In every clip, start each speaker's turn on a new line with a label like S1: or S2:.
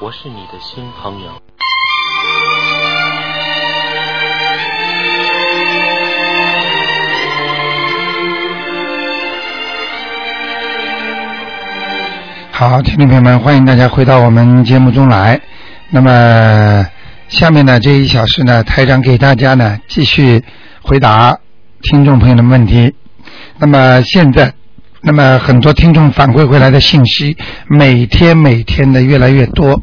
S1: 我是你的新朋友。
S2: 好，听众朋友们，欢迎大家回到我们节目中来。那么下面呢这一小时呢，台长给大家呢继续回答听众朋友的问题。那么现在，那么很多听众反馈回来的信息，每天每天的越来越多。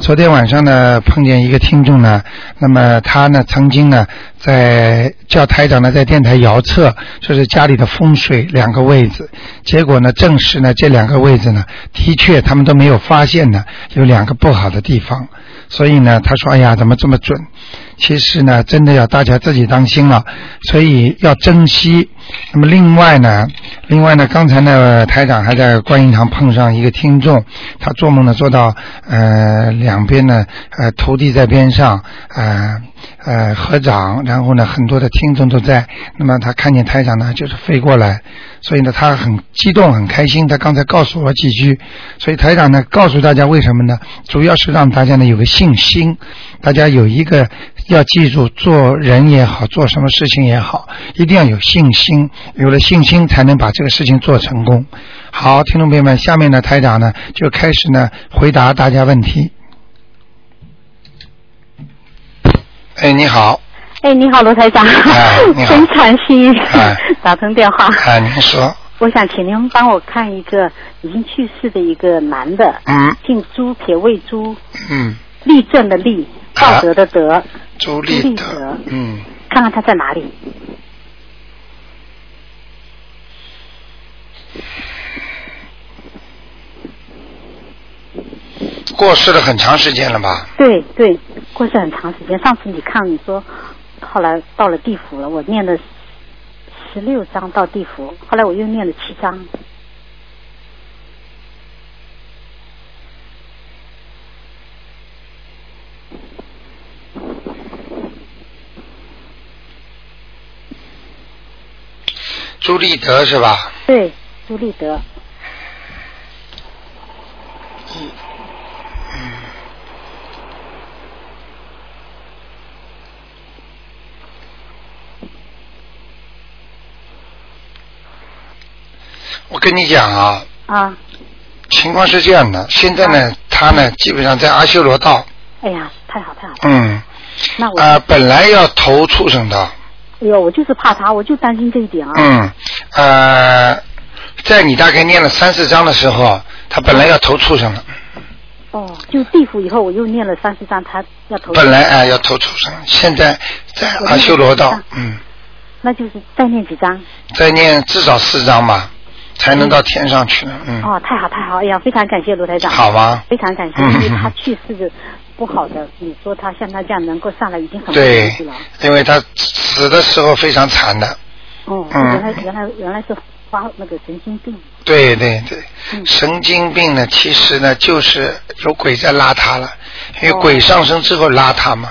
S2: 昨天晚上呢，碰见一个听众呢，那么他呢曾经呢在叫台长呢在电台遥测，说是家里的风水两个位置，结果呢证实呢这两个位置呢的确他们都没有发现呢有两个不好的地方。所以呢，他说：“哎呀，怎么这么准？”其实呢，真的要大家自己当心了，所以要珍惜。那么另外呢，另外呢，刚才呢，台长还在观音堂碰上一个听众，他做梦呢做到呃两边呢呃徒弟在边上，呃呃合掌，然后呢很多的听众都在，那么他看见台长呢就是飞过来，所以呢他很激动很开心，他刚才告诉我几句，所以台长呢告诉大家为什么呢？主要是让大家呢有个信心，大家有一个要记住，做人也好，做什么事情也好，一定要有信心，有了信心才能把这个事情做成功。好，听众朋友们，下面呢台长呢就开始呢回答大家问题。哎，你好，
S3: 哎，你好，罗台长，
S2: 哎你好
S3: 真感谢
S2: 哎
S3: 打通电话。
S2: 哎，您说，
S3: 我想请您帮我看一个已经去世的一个男的，
S2: 嗯
S3: 姓朱，撇魏朱，
S2: 嗯，
S3: 立正的立，
S2: 啊
S3: 道德的德，
S2: 朱立
S3: 朱立
S2: 德
S3: 德，
S2: 嗯，
S3: 看看他在哪里。
S2: 过世了很长时间了吧？
S3: 对对，过去很长时间。上次你看你说，后来到了地府了，我念了十六章到地府，后来我又念了七章。
S2: 朱立德是吧？
S3: 对，朱立德，
S2: 我跟你讲啊，
S3: 啊，
S2: 情况是这样的，现在呢，他呢基本上在阿修罗道，
S3: 哎呀，太好太好，
S2: 嗯，
S3: 那我，
S2: 呃，本来要投畜生道，
S3: 哎呦，我就是怕他，我就担心这一点啊。
S2: 嗯，呃，在你大概念了三四章的时候，他本来要投畜生了，
S3: 哦，就地府以后我又念了三十章，他要投，
S2: 本来哎、要投畜生，现在在阿修罗道，嗯，
S3: 那就是再念几章。
S2: 再念至少四章吧，才能到天上去呢，嗯，
S3: 哦，太好太好，哎呀，非常感谢卢台长。
S2: 好吗？
S3: 非常感谢，
S2: 嗯
S3: 因为他去世的不好的，你说他像他这样能够上来，已经很不容
S2: 对
S3: 易了。，
S2: 因为他死的时候非常惨的，
S3: 哦，
S2: 嗯
S3: 原来原来原来是发那个神经病。
S2: 对对对，
S3: 嗯
S2: 神经病呢，其实呢就是有鬼在拉他了，因为
S3: 哦
S2: 鬼上升之后拉他嘛，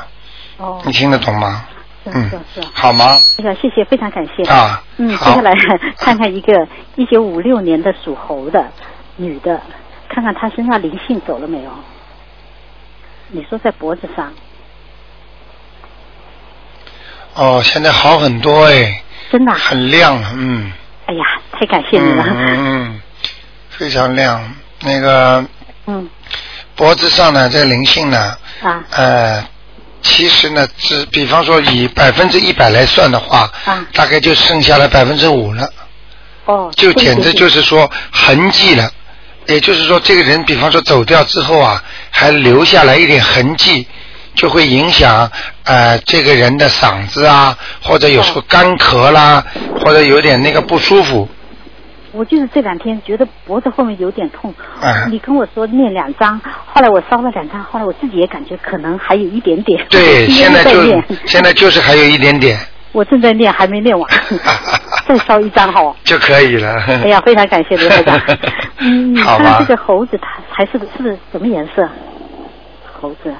S3: 哦，
S2: 你听得懂吗？
S3: 是啊
S2: 嗯
S3: 是啊是啊，
S2: 好吗？
S3: 哎呀，谢谢，非常感谢。
S2: 啊，
S3: 嗯，接
S2: 好
S3: 下，来看看一个一九五六年的属猴的女的，看看她身上灵性走了没有？你说在脖子上，
S2: 哦，现在好很多哎，
S3: 真的啊？
S2: 很亮了，嗯，
S3: 哎呀，太感谢你
S2: 嗯
S3: 了。
S2: 嗯嗯，非常亮。那个
S3: 嗯
S2: 脖子上呢，这个灵性呢，
S3: 啊
S2: 呃，其实呢，只比方说以百分之一百来算的话，
S3: 啊
S2: 大概就剩下了百分之五了。
S3: 哦，
S2: 就简直就是是说痕迹了。也就是说，这个人，比方说走掉之后啊，还留下来一点痕迹，就会影响呃这个人的嗓子啊，或者有时候干咳啦，或者有点那个不舒服。
S3: 我就是这两天觉得脖子后面有点痛，
S2: 哎
S3: 你跟我说念两张，后来我烧了两张，后来我自己也感觉可能还有一点点。
S2: 对，
S3: 今天
S2: 现在就
S3: 念，
S2: 现在就是还有一点点
S3: 我正在念，还没念 完，再烧一张哈。
S2: 就可以了。。
S3: 哎呀，非常感谢刘台长 嗯，你
S2: 嗯好
S3: 看
S2: 吧
S3: 看这个猴子，它还是是不是什么颜色？猴子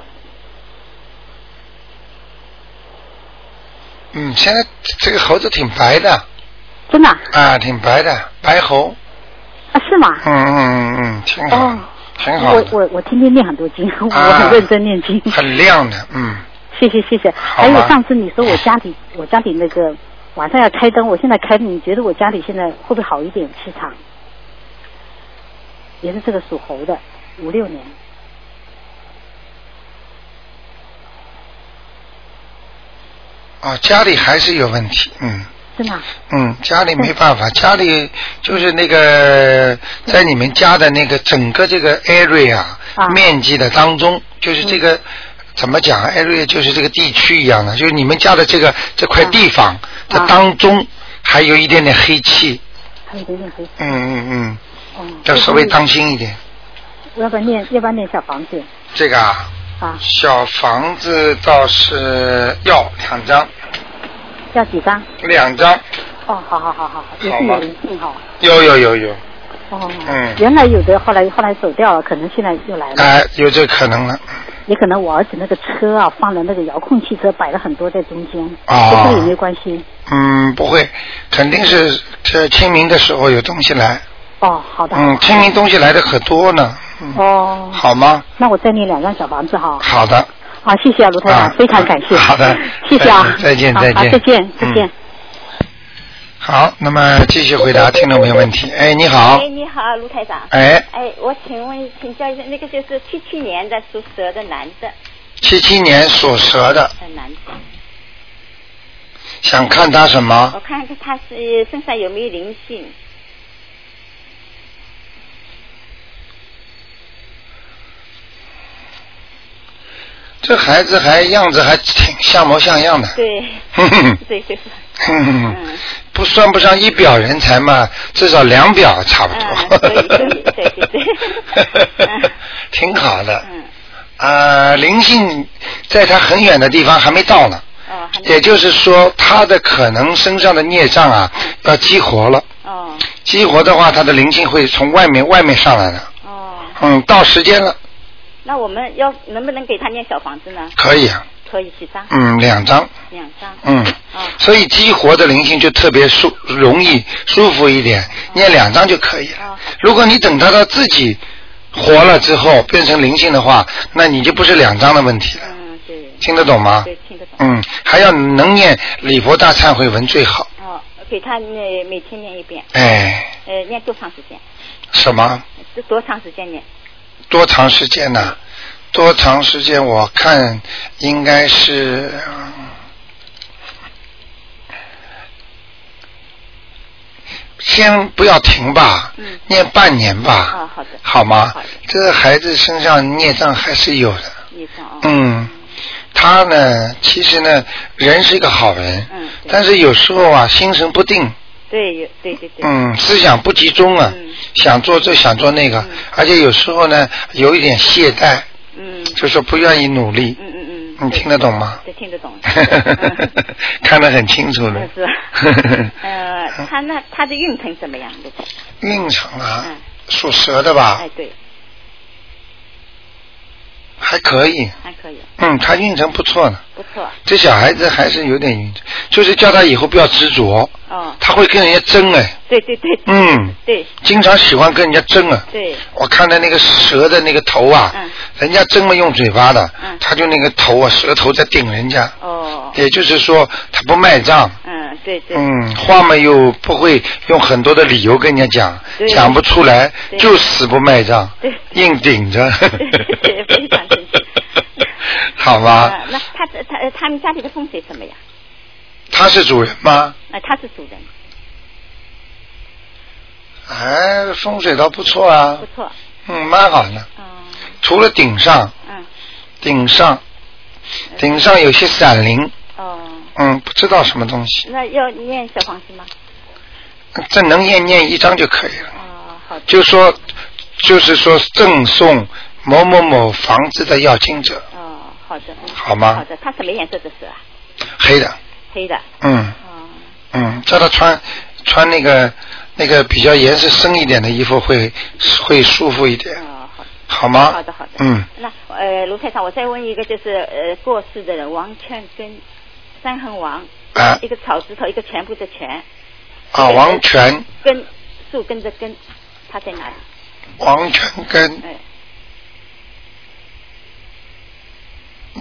S2: 嗯，现在这个猴子挺白的
S3: 真的啊？
S2: 啊，挺白的，白猴。
S3: 啊是吗？
S2: 嗯嗯嗯嗯，挺好。
S3: 哦，
S2: 挺好
S3: 我
S2: 的，
S3: 我我天天念很多经，我
S2: 啊
S3: 很认真念经。
S2: 很亮的，嗯，
S3: 谢谢谢谢。
S2: 好
S3: 还有
S2: 吧
S3: 上次你说我家里 我家里那个晚上要开灯，我现在开，你觉得我家里现在会不会好一点气场？也是这个属猴的，五六年。
S2: 哦，家里还是有问题，嗯
S3: 真的啊、
S2: 嗯，家里没办法，家里就是那个在你们家的那个整个这个 area
S3: 啊嗯
S2: 面积的当中，就是这个。怎么讲？area 啊就是这个地区一样的，就是你们家的这个这块
S3: 啊
S2: 地方的
S3: 啊
S2: 当中，还有一点点黑气，
S3: 还有一点点黑。
S2: 嗯嗯嗯，
S3: 哦。
S2: 要稍微当心一点。
S3: 我要不要念？要不要念小房子
S2: 这个啊，
S3: 啊？
S2: 小房子倒是要两张，
S3: 要几张？
S2: 两张，
S3: 哦，好好好好好，也是
S2: 好
S3: 有
S2: 吧
S3: 灵性哈。
S2: 有有有有，
S3: 哦。
S2: 嗯
S3: 原来有的，后来后来走掉了，可能现在又来了。
S2: 哎、有这可能了。
S3: 也可能我儿子那个车啊，放了那个遥控汽车，摆了很多在中间，
S2: 哦
S3: 跟这个有没有关系？
S2: 嗯，不会，肯定是这清明的时候有东西来。
S3: 哦，好的。
S2: 嗯，清明东西来的可多呢。嗯，
S3: 哦，
S2: 好吗？
S3: 那我再念两张小房子哈。
S2: 好的，
S3: 好，谢谢啊，卢台长，
S2: 啊
S3: 非常感谢。
S2: 好的
S3: 谢谢啊。
S2: 再见
S3: 好
S2: 再
S3: 好
S2: 见
S3: 再见，再见
S2: 嗯。好，那么继续回答听众朋友问题。哎，你好
S4: 哎，，你好，卢台长。
S2: 哎，
S4: 哎，我请问请教一下，那个就是七七年的属蛇的男的，
S2: 七七年属蛇的，
S4: 呃，男的，
S2: 想看他什么
S4: 我？看看他是身上有没有灵性。
S2: 这孩子还样子还挺像模像样的。
S4: 对，
S2: 哼哼
S4: 对对。对
S2: 哼哼
S4: 嗯，
S2: 不算不上一表人才嘛，至少两表差不多。
S4: 嗯可以可以对对对嗯
S2: 挺好的。
S4: 嗯，
S2: 呃，灵性在他很远的地方还没到呢，
S4: 哦，还没
S2: 也就是说，他的可能身上的孽障啊，
S4: 嗯
S2: 要激活了。
S4: 哦
S2: 激活的话，他的灵性会从外面外面上来的。
S4: 哦，
S2: 嗯，到时间了，
S4: 那我们要能不能给他念小房子呢？
S2: 可以啊。
S4: 可以几张？
S2: 嗯，两张。
S4: 两张。
S2: 嗯。
S4: 哦
S2: 所以激活的灵性就特别舒容易舒服一点，念两张就可以了
S4: 哦。
S2: 如果你等到他自己活了之后变成灵性的话，那你就不是两张的问题了。
S4: 嗯，对。
S2: 听得懂吗？
S4: 对，听得懂。
S2: 嗯，还要能念礼佛大忏悔文最好。
S4: 哦，给他念每天念一遍，
S2: 哎，
S4: 呃，念多长时间？
S2: 什么？
S4: 这多长时间念？
S2: 多长时间呢、多长时间？我看应该是嗯先不要停吧，
S4: 嗯
S2: 念半年吧，
S4: 哦好的
S2: 好吗？
S4: 好的
S2: 这孩子身上孽障还是有的，
S4: 一张哦。
S2: 嗯，他呢，其实呢，人是一个好人，
S4: 嗯对
S2: 但是有时候啊，心神不定，
S4: 对，有对对对。
S2: 嗯，思想不集中啊，
S4: 嗯
S2: 想做这想做那个，
S4: 嗯
S2: 而且有时候呢有一点懈怠，
S4: 嗯。
S2: 就说不愿意努 力。
S4: 嗯嗯嗯。
S2: 你
S4: 对
S2: 听得懂吗？。
S4: 对，听得懂 嗯
S2: 看得很清楚了。
S4: 嗯。是 呃，他那他的运程怎么样？卢台长
S2: 运程啊
S4: 嗯，
S2: 属蛇的吧
S4: 哎，，对，
S2: 还可以。
S4: 还可以，
S2: 嗯，他运程不错呢。
S4: 不错。
S2: 这小孩子还是有点运程，就是叫他以后不要执着，
S4: 哦，
S2: 他会跟人家争哎，
S4: 对对对。
S2: 嗯，
S4: 对
S2: 经常喜欢跟人家争啊。
S4: 对。
S2: 我看到那个蛇的那个头啊，
S4: 嗯
S2: 人家真没用嘴巴的，
S4: 嗯
S2: 他就那个头啊，舌头在顶人家，
S4: 哦，
S2: 也就是说他不卖账，
S4: 嗯，对对。
S2: 嗯， 话嘛又不会用很多的理由跟人家讲，
S4: 对
S2: 讲不出来
S4: 对
S2: 就死不卖账
S4: 对，
S2: 硬顶着，
S4: 对 非常正确
S2: 好吧？
S4: 呃那他他他们家里的风水怎么样？
S2: 他是主人吗？
S4: 呃，他是主人，
S2: 哎，风水倒不错啊
S4: 不，错。
S2: 嗯，蛮好的，
S4: 嗯
S2: 除了顶上，
S4: 嗯
S2: 顶上，顶上有些闪灵，
S4: 哦，
S2: 嗯，不知道什么东西。
S4: 那要念小房子吗？
S2: 这能念念一张就可以了。
S4: 哦，好的。
S2: 就说，就是说赠送某某某房子的要经者，
S4: 哦，好的。
S2: 好吗
S4: 好的，他什么颜色的蛇啊？
S2: 黑的，
S4: 黑的。
S2: 嗯
S4: 哦，
S2: 嗯，叫他穿穿那个那个比较颜色深一点的衣服会会舒服一点，
S4: 哦，好的。
S2: 好吗？
S4: 好的，好的。
S2: 嗯，。
S4: 那呃，卢太长，我再问一个，就是呃，过世的人王劝根，三横王，
S2: 啊
S4: 一个草字头，一个全部的全，
S2: 啊，王权
S4: 根树根的根，他在哪里？
S2: 王权根
S4: 哎，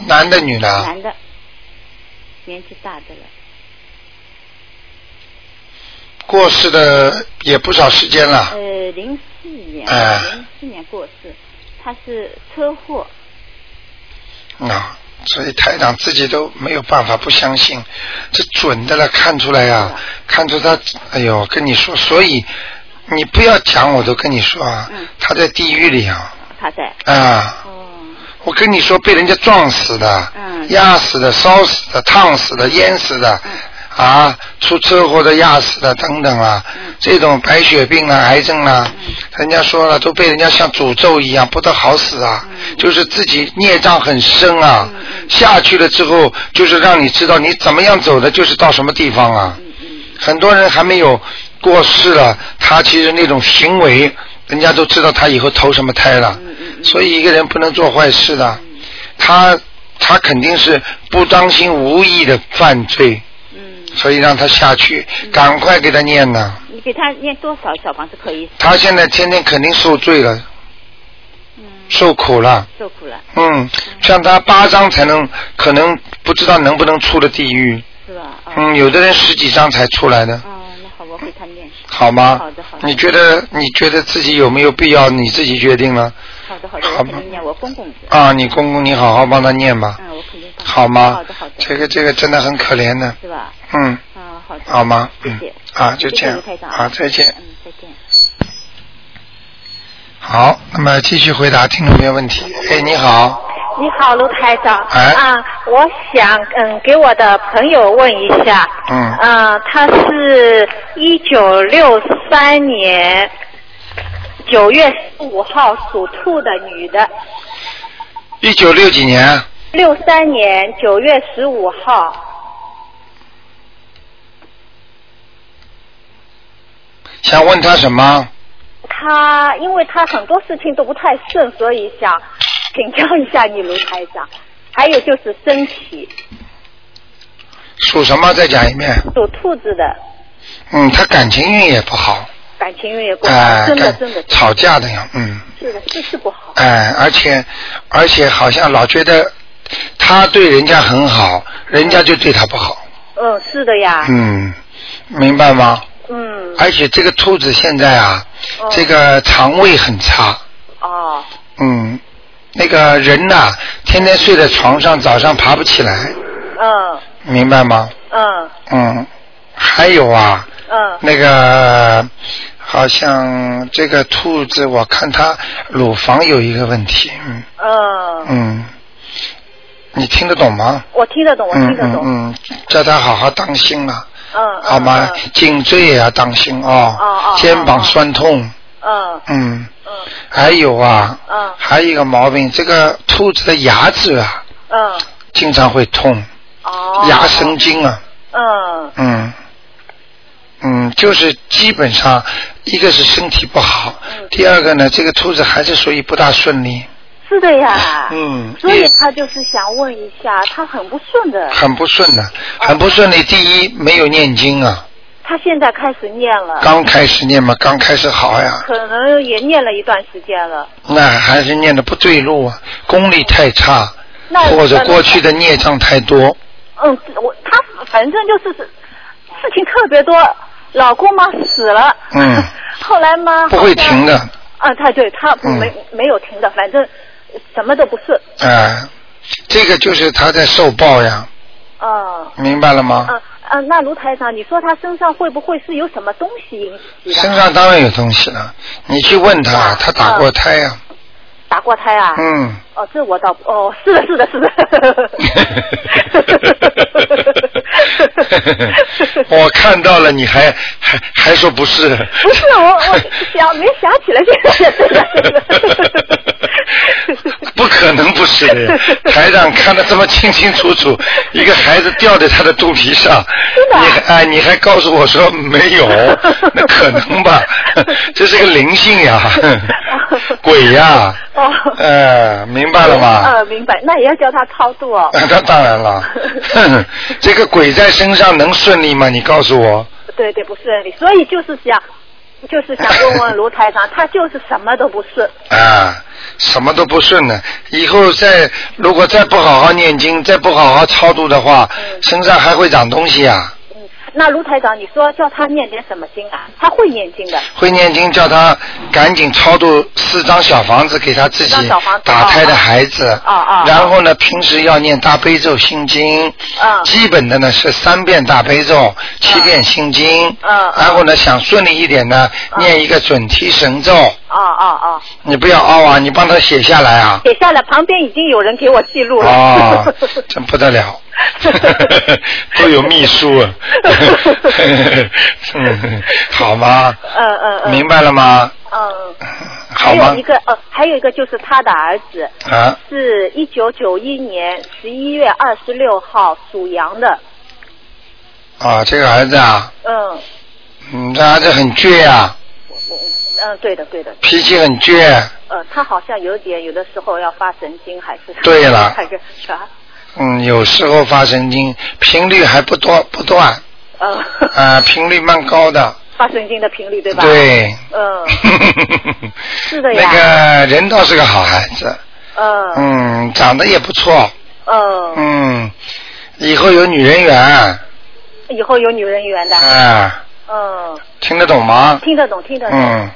S2: 男的啊女
S4: 呃
S2: 的？
S4: 嗯
S5: 男的，年纪大的了，
S2: 过世的也不少时间了。
S5: 呃，零四年，
S2: 哎
S5: 零四年过世，他是车祸，
S4: 嗯
S2: 啊，所以台长自己都没有办法不相信，这准的了，看出来呀、啊
S4: 嗯
S5: 是的
S2: 看出他，哎呦，跟你说，所以你不要讲，我都跟你说啊，
S5: 嗯
S2: 他在地狱里啊，
S5: 他在，
S2: 啊，
S5: 哦，
S2: 我跟你说，被人家撞死的，
S5: 嗯
S2: 压死的、烧死的、烫死的、淹死的，
S4: 嗯
S2: 啊，出车祸的、压死的等等啊，
S5: 嗯
S2: 这种白血病啊、癌症啊，
S5: 嗯
S2: 人家说了，都被人家像诅咒一样，不得好死啊，
S5: 嗯
S2: 就是自己孽障很深啊，
S5: 嗯嗯
S2: 下去了之后，就是让你知道你怎么样走的，就是到什么地方啊。
S5: 嗯嗯，
S2: 很多人还没有过世了，他其实那种行为，人家都知道他以后投什么胎了。
S5: 嗯嗯嗯
S2: 所以一个人不能做坏事的，他他肯定是不当心无意的犯罪，
S5: 嗯，
S2: 所以让他下去，赶快给他念呐。
S5: 你给他念多少小房子可以？
S2: 他现在天天肯定受罪了，
S5: 嗯，
S2: 受苦了。
S5: 受苦了，
S2: 嗯，像他八张才能，可能不知道能不能出的地狱。
S5: 是吧？哦，
S2: 嗯，有的人十几张才出来的。
S5: 哦，那好，我给他念，
S2: 好吗？
S5: 好的好的
S2: 你觉得你觉得自己有没有必要？你自己决定了
S5: 好的好的，
S2: 好
S5: 我
S2: 吧
S5: 肯定念，我公公是，
S2: 啊！你公公，你好好帮他念吧，
S5: 嗯，我肯定帮他
S2: 好吗？
S5: 好的好的，
S2: 这个这个真的很可怜的，
S5: 是吧？
S2: 嗯，
S5: 嗯，好的，
S2: 好吗？
S5: 谢谢
S2: 嗯，啊，就
S5: 谢
S2: 这
S5: 谢
S2: 样
S5: 卢台长，
S2: 啊，再见。
S5: 嗯，再见。
S2: 好，那么继续回答听众朋友问题。哎，你好，
S4: 你好，卢台长。
S2: 哎
S4: 啊，我想嗯，给我的朋友问一下。
S2: 嗯
S4: 呃，他是一九六三年九月十五号属兔的女的，
S2: 一九六几年，
S4: 六三年九月十五号。
S2: 想问他什么？
S4: 她因为她很多事情都不太顺，所以想请教一下你，卢台长。还有就是身体，
S2: 属什么？再讲一遍。
S4: 属兔子的
S2: 嗯，他感情运也不好，
S4: 感情运也不好，
S5: 哦
S2: 哎、
S4: 真的
S2: 感
S4: 真的
S2: 吵架的呀，嗯。
S4: 是的，是是不好。
S2: 哎，而且而且好像老觉得他对人家很好，人家就对他不好。
S4: 嗯，是的呀。
S2: 嗯，明白吗？
S4: 嗯，
S2: 而且这个兔子现在啊，
S4: 哦
S2: 这个肠胃很差。
S4: 哦，
S2: 嗯，那个人呐、天天睡在床上，早上爬不起来，
S4: 嗯
S2: 明白吗？
S4: 嗯
S2: 嗯，还有啊，
S4: 嗯
S2: 那个好像这个兔子，我看它乳房有一个问题，嗯。
S4: 嗯，
S2: 嗯，你听得懂吗？
S4: 我听得懂，哦我听
S2: 嗯
S4: 得
S2: 嗯
S4: 懂，
S2: 嗯，叫他好好当心啊了，
S4: 嗯，
S2: 好吗？
S4: 嗯
S2: 颈椎也要当心哦，
S4: 哦哦
S2: 肩膀酸痛，
S4: 嗯
S2: 嗯，
S4: 嗯
S2: 还有啊，
S4: 嗯
S2: 还有一个毛病，这个兔子的牙齿啊，
S4: 嗯，
S2: 经常会痛，
S4: 哦，
S2: 牙神，经啊，
S4: 嗯
S2: 嗯。嗯，就是基本上，一个是身体不好，
S4: 嗯
S2: 第二个呢，这个兔子还是属于不大顺利，
S4: 是的呀，
S2: 嗯
S4: 啊所以
S2: 也
S4: 他就是想问一下，他很不顺的，
S2: 很不顺的，很不顺利。第一，没有念经啊，
S4: 他现在开始念了，
S2: 刚开始念嘛，刚开始好呀，
S4: 可能也念了一段时间了，
S2: 那还是念的不对路啊，功力太差，
S4: 那
S2: 或者过去的孽障太多。
S4: 嗯，我他反正就是事情特别多，老公嘛死了，
S2: 嗯，
S4: 后来嘛
S2: 不会停。的
S4: 好像啊，他对他
S2: 嗯
S4: 没、没有停的，反正什么都不是。
S2: 哎、这个就是他在受报呀，
S4: 嗯
S2: 明白了吗？
S4: 嗯嗯，那卢台长，你说他身上会不会是有什么东西引起的？
S2: 身上当然有东西了，你去问他，
S4: 啊
S2: 他打过胎呀、
S4: 打过胎啊？。
S2: 嗯，
S4: 哦，这我倒不哦，是的，是的，是的。
S2: 我看到了，你还还还说不是？
S4: 不是我，我想没想起来，现在现在现在。
S2: 不可能不是的呀！台长看得这么清清楚楚，一个孩子掉在他的肚皮上，
S4: 真的啊
S2: 你还哎，你还告诉我说没 有，那可能吧？这是个灵性 呀，鬼呀！
S4: 哦
S2: 呃，明白了吗？
S4: 呃，明白，那也要叫他超度哦。
S2: 那当然 了， 哼这个鬼在身上能顺利吗？你告诉我，
S4: 对对，不顺利，所以就是想，就是想问问卢台长，他就是什么都不是。
S2: 啊，什么都不顺了。以后再如果再不好好念经，再不好好超度的话，身上还会长东西啊。
S4: 嗯，那卢台长，你说叫他念点什么经啊？他会念经的。
S2: 会念经，叫他赶紧超度四张小房子给他自己
S4: 四张小房子
S2: 打胎的孩子。
S4: 哦哦哦
S2: 然后呢，平时要念大悲咒心经。
S4: 嗯
S2: 基本的呢是三遍大悲咒，七遍心经。
S4: 嗯
S2: 然后呢，想顺利一点呢，念一个准提神咒。
S4: 哦哦哦，
S2: 你不要凹啊，你帮他写下来啊。
S4: 写下来，旁边已经有人给我记录了。
S2: 哦，真不得了，都有秘书 啊，嗯，好吗？
S4: 嗯嗯嗯。
S2: 明白了吗？
S4: 嗯，
S2: 好
S4: 还
S2: 吗
S4: 有一？个呃，还有一个就是他的儿子，
S2: 啊，
S4: 是一九九一年十一月二十六号属羊的。
S2: 啊，这个儿子啊，
S4: 嗯
S2: 嗯，这儿子很倔啊，
S4: 嗯，对的对的，
S2: 脾气很倔，
S4: 呃，他好像有点有的时候要发神经，还是
S2: 对了
S4: 还是啥？
S2: 嗯，有时候发神经，频率还不多不断，
S4: 呃，
S2: 啊，频率蛮高的，
S4: 发神经的频率对吧？。
S2: 对，
S4: 嗯是的 呀
S2: 那个人倒是个好孩子，
S4: 嗯
S2: 嗯，长得也不错，
S4: 嗯，
S2: 嗯，以后有女人缘，
S4: 以后有女人缘的。
S2: 啊，
S4: 嗯，
S2: 听得懂吗？
S4: 听得懂，听得懂。
S2: 嗯，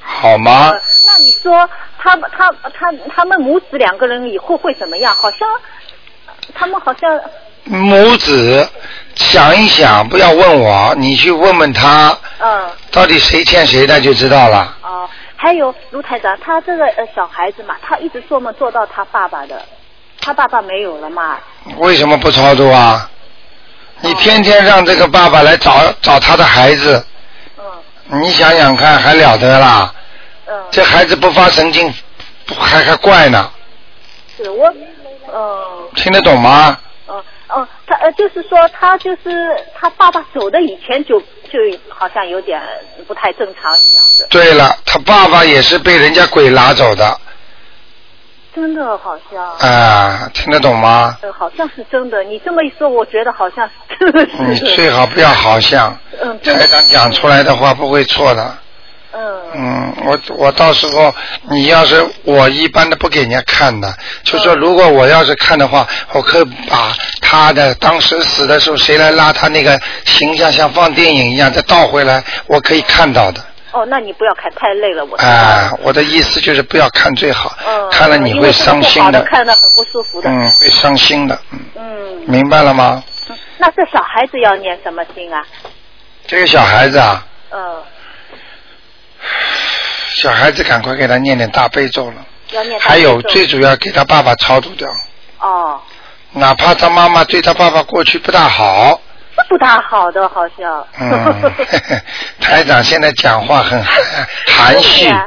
S2: 好吗
S4: 呃？那你说他们他他他们母子两个人以后会怎么样？好像他们好像
S2: 母子，想一想，不要问我，你去问问他，
S4: 嗯
S2: 到底谁欠谁的就知道了。
S4: 哦，还有卢台长，他这个呃小孩子嘛，他一直做梦做到他爸爸的，他爸爸没有了嘛。
S2: 为什么不操作啊？你天天让这个爸爸来找找他的孩子，
S4: 嗯
S2: 你想想看，还了得啦？
S4: 嗯，
S2: 这孩子不发神经，不还还怪呢，
S4: 是我嗯
S2: 听得懂吗？
S4: 嗯嗯，他呃就是说他就是他爸爸走的以前就就好像有点不太正常一样的，
S2: 对了，他爸爸也是被人家鬼拉走的
S4: 真的好像。
S2: 啊，听得懂吗？
S4: 呃，好像是真的。你这么一说，我觉得好像是真的
S2: 你
S4: 是。
S2: 最好不要好像，
S4: 嗯，真
S2: 台
S4: 的。
S2: 长讲出来的话不会错的。
S4: 嗯
S2: 嗯，我我到时候你要是我一般的不给人家看的，就说如果我要是看的话，我可以把他的当时死的时候谁来拉他那个形象像放电影一样再倒回来，我可以看到的。
S4: 哦，那你不要看，太累了，我知道
S2: 哎、我的意思就是不要看最好，
S4: 嗯，
S2: 看了你会伤心
S4: 因为这个不好的，看得很不舒服的。
S2: 嗯，会伤心的，嗯，
S4: 嗯
S2: 明白了吗？
S4: 那这小孩子要念什么经啊？
S2: 这个小孩子啊，
S4: 嗯，
S2: 小孩子赶快给他念念大悲咒了，
S4: 要念大悲咒。
S2: 还有最主要给他爸爸超度掉。
S4: 哦，
S2: 哪怕他妈妈对他爸爸过去不大 好，
S4: 这不大好的，好像。
S2: 嗯， 台长现在讲话很含含蓄
S4: 对呀，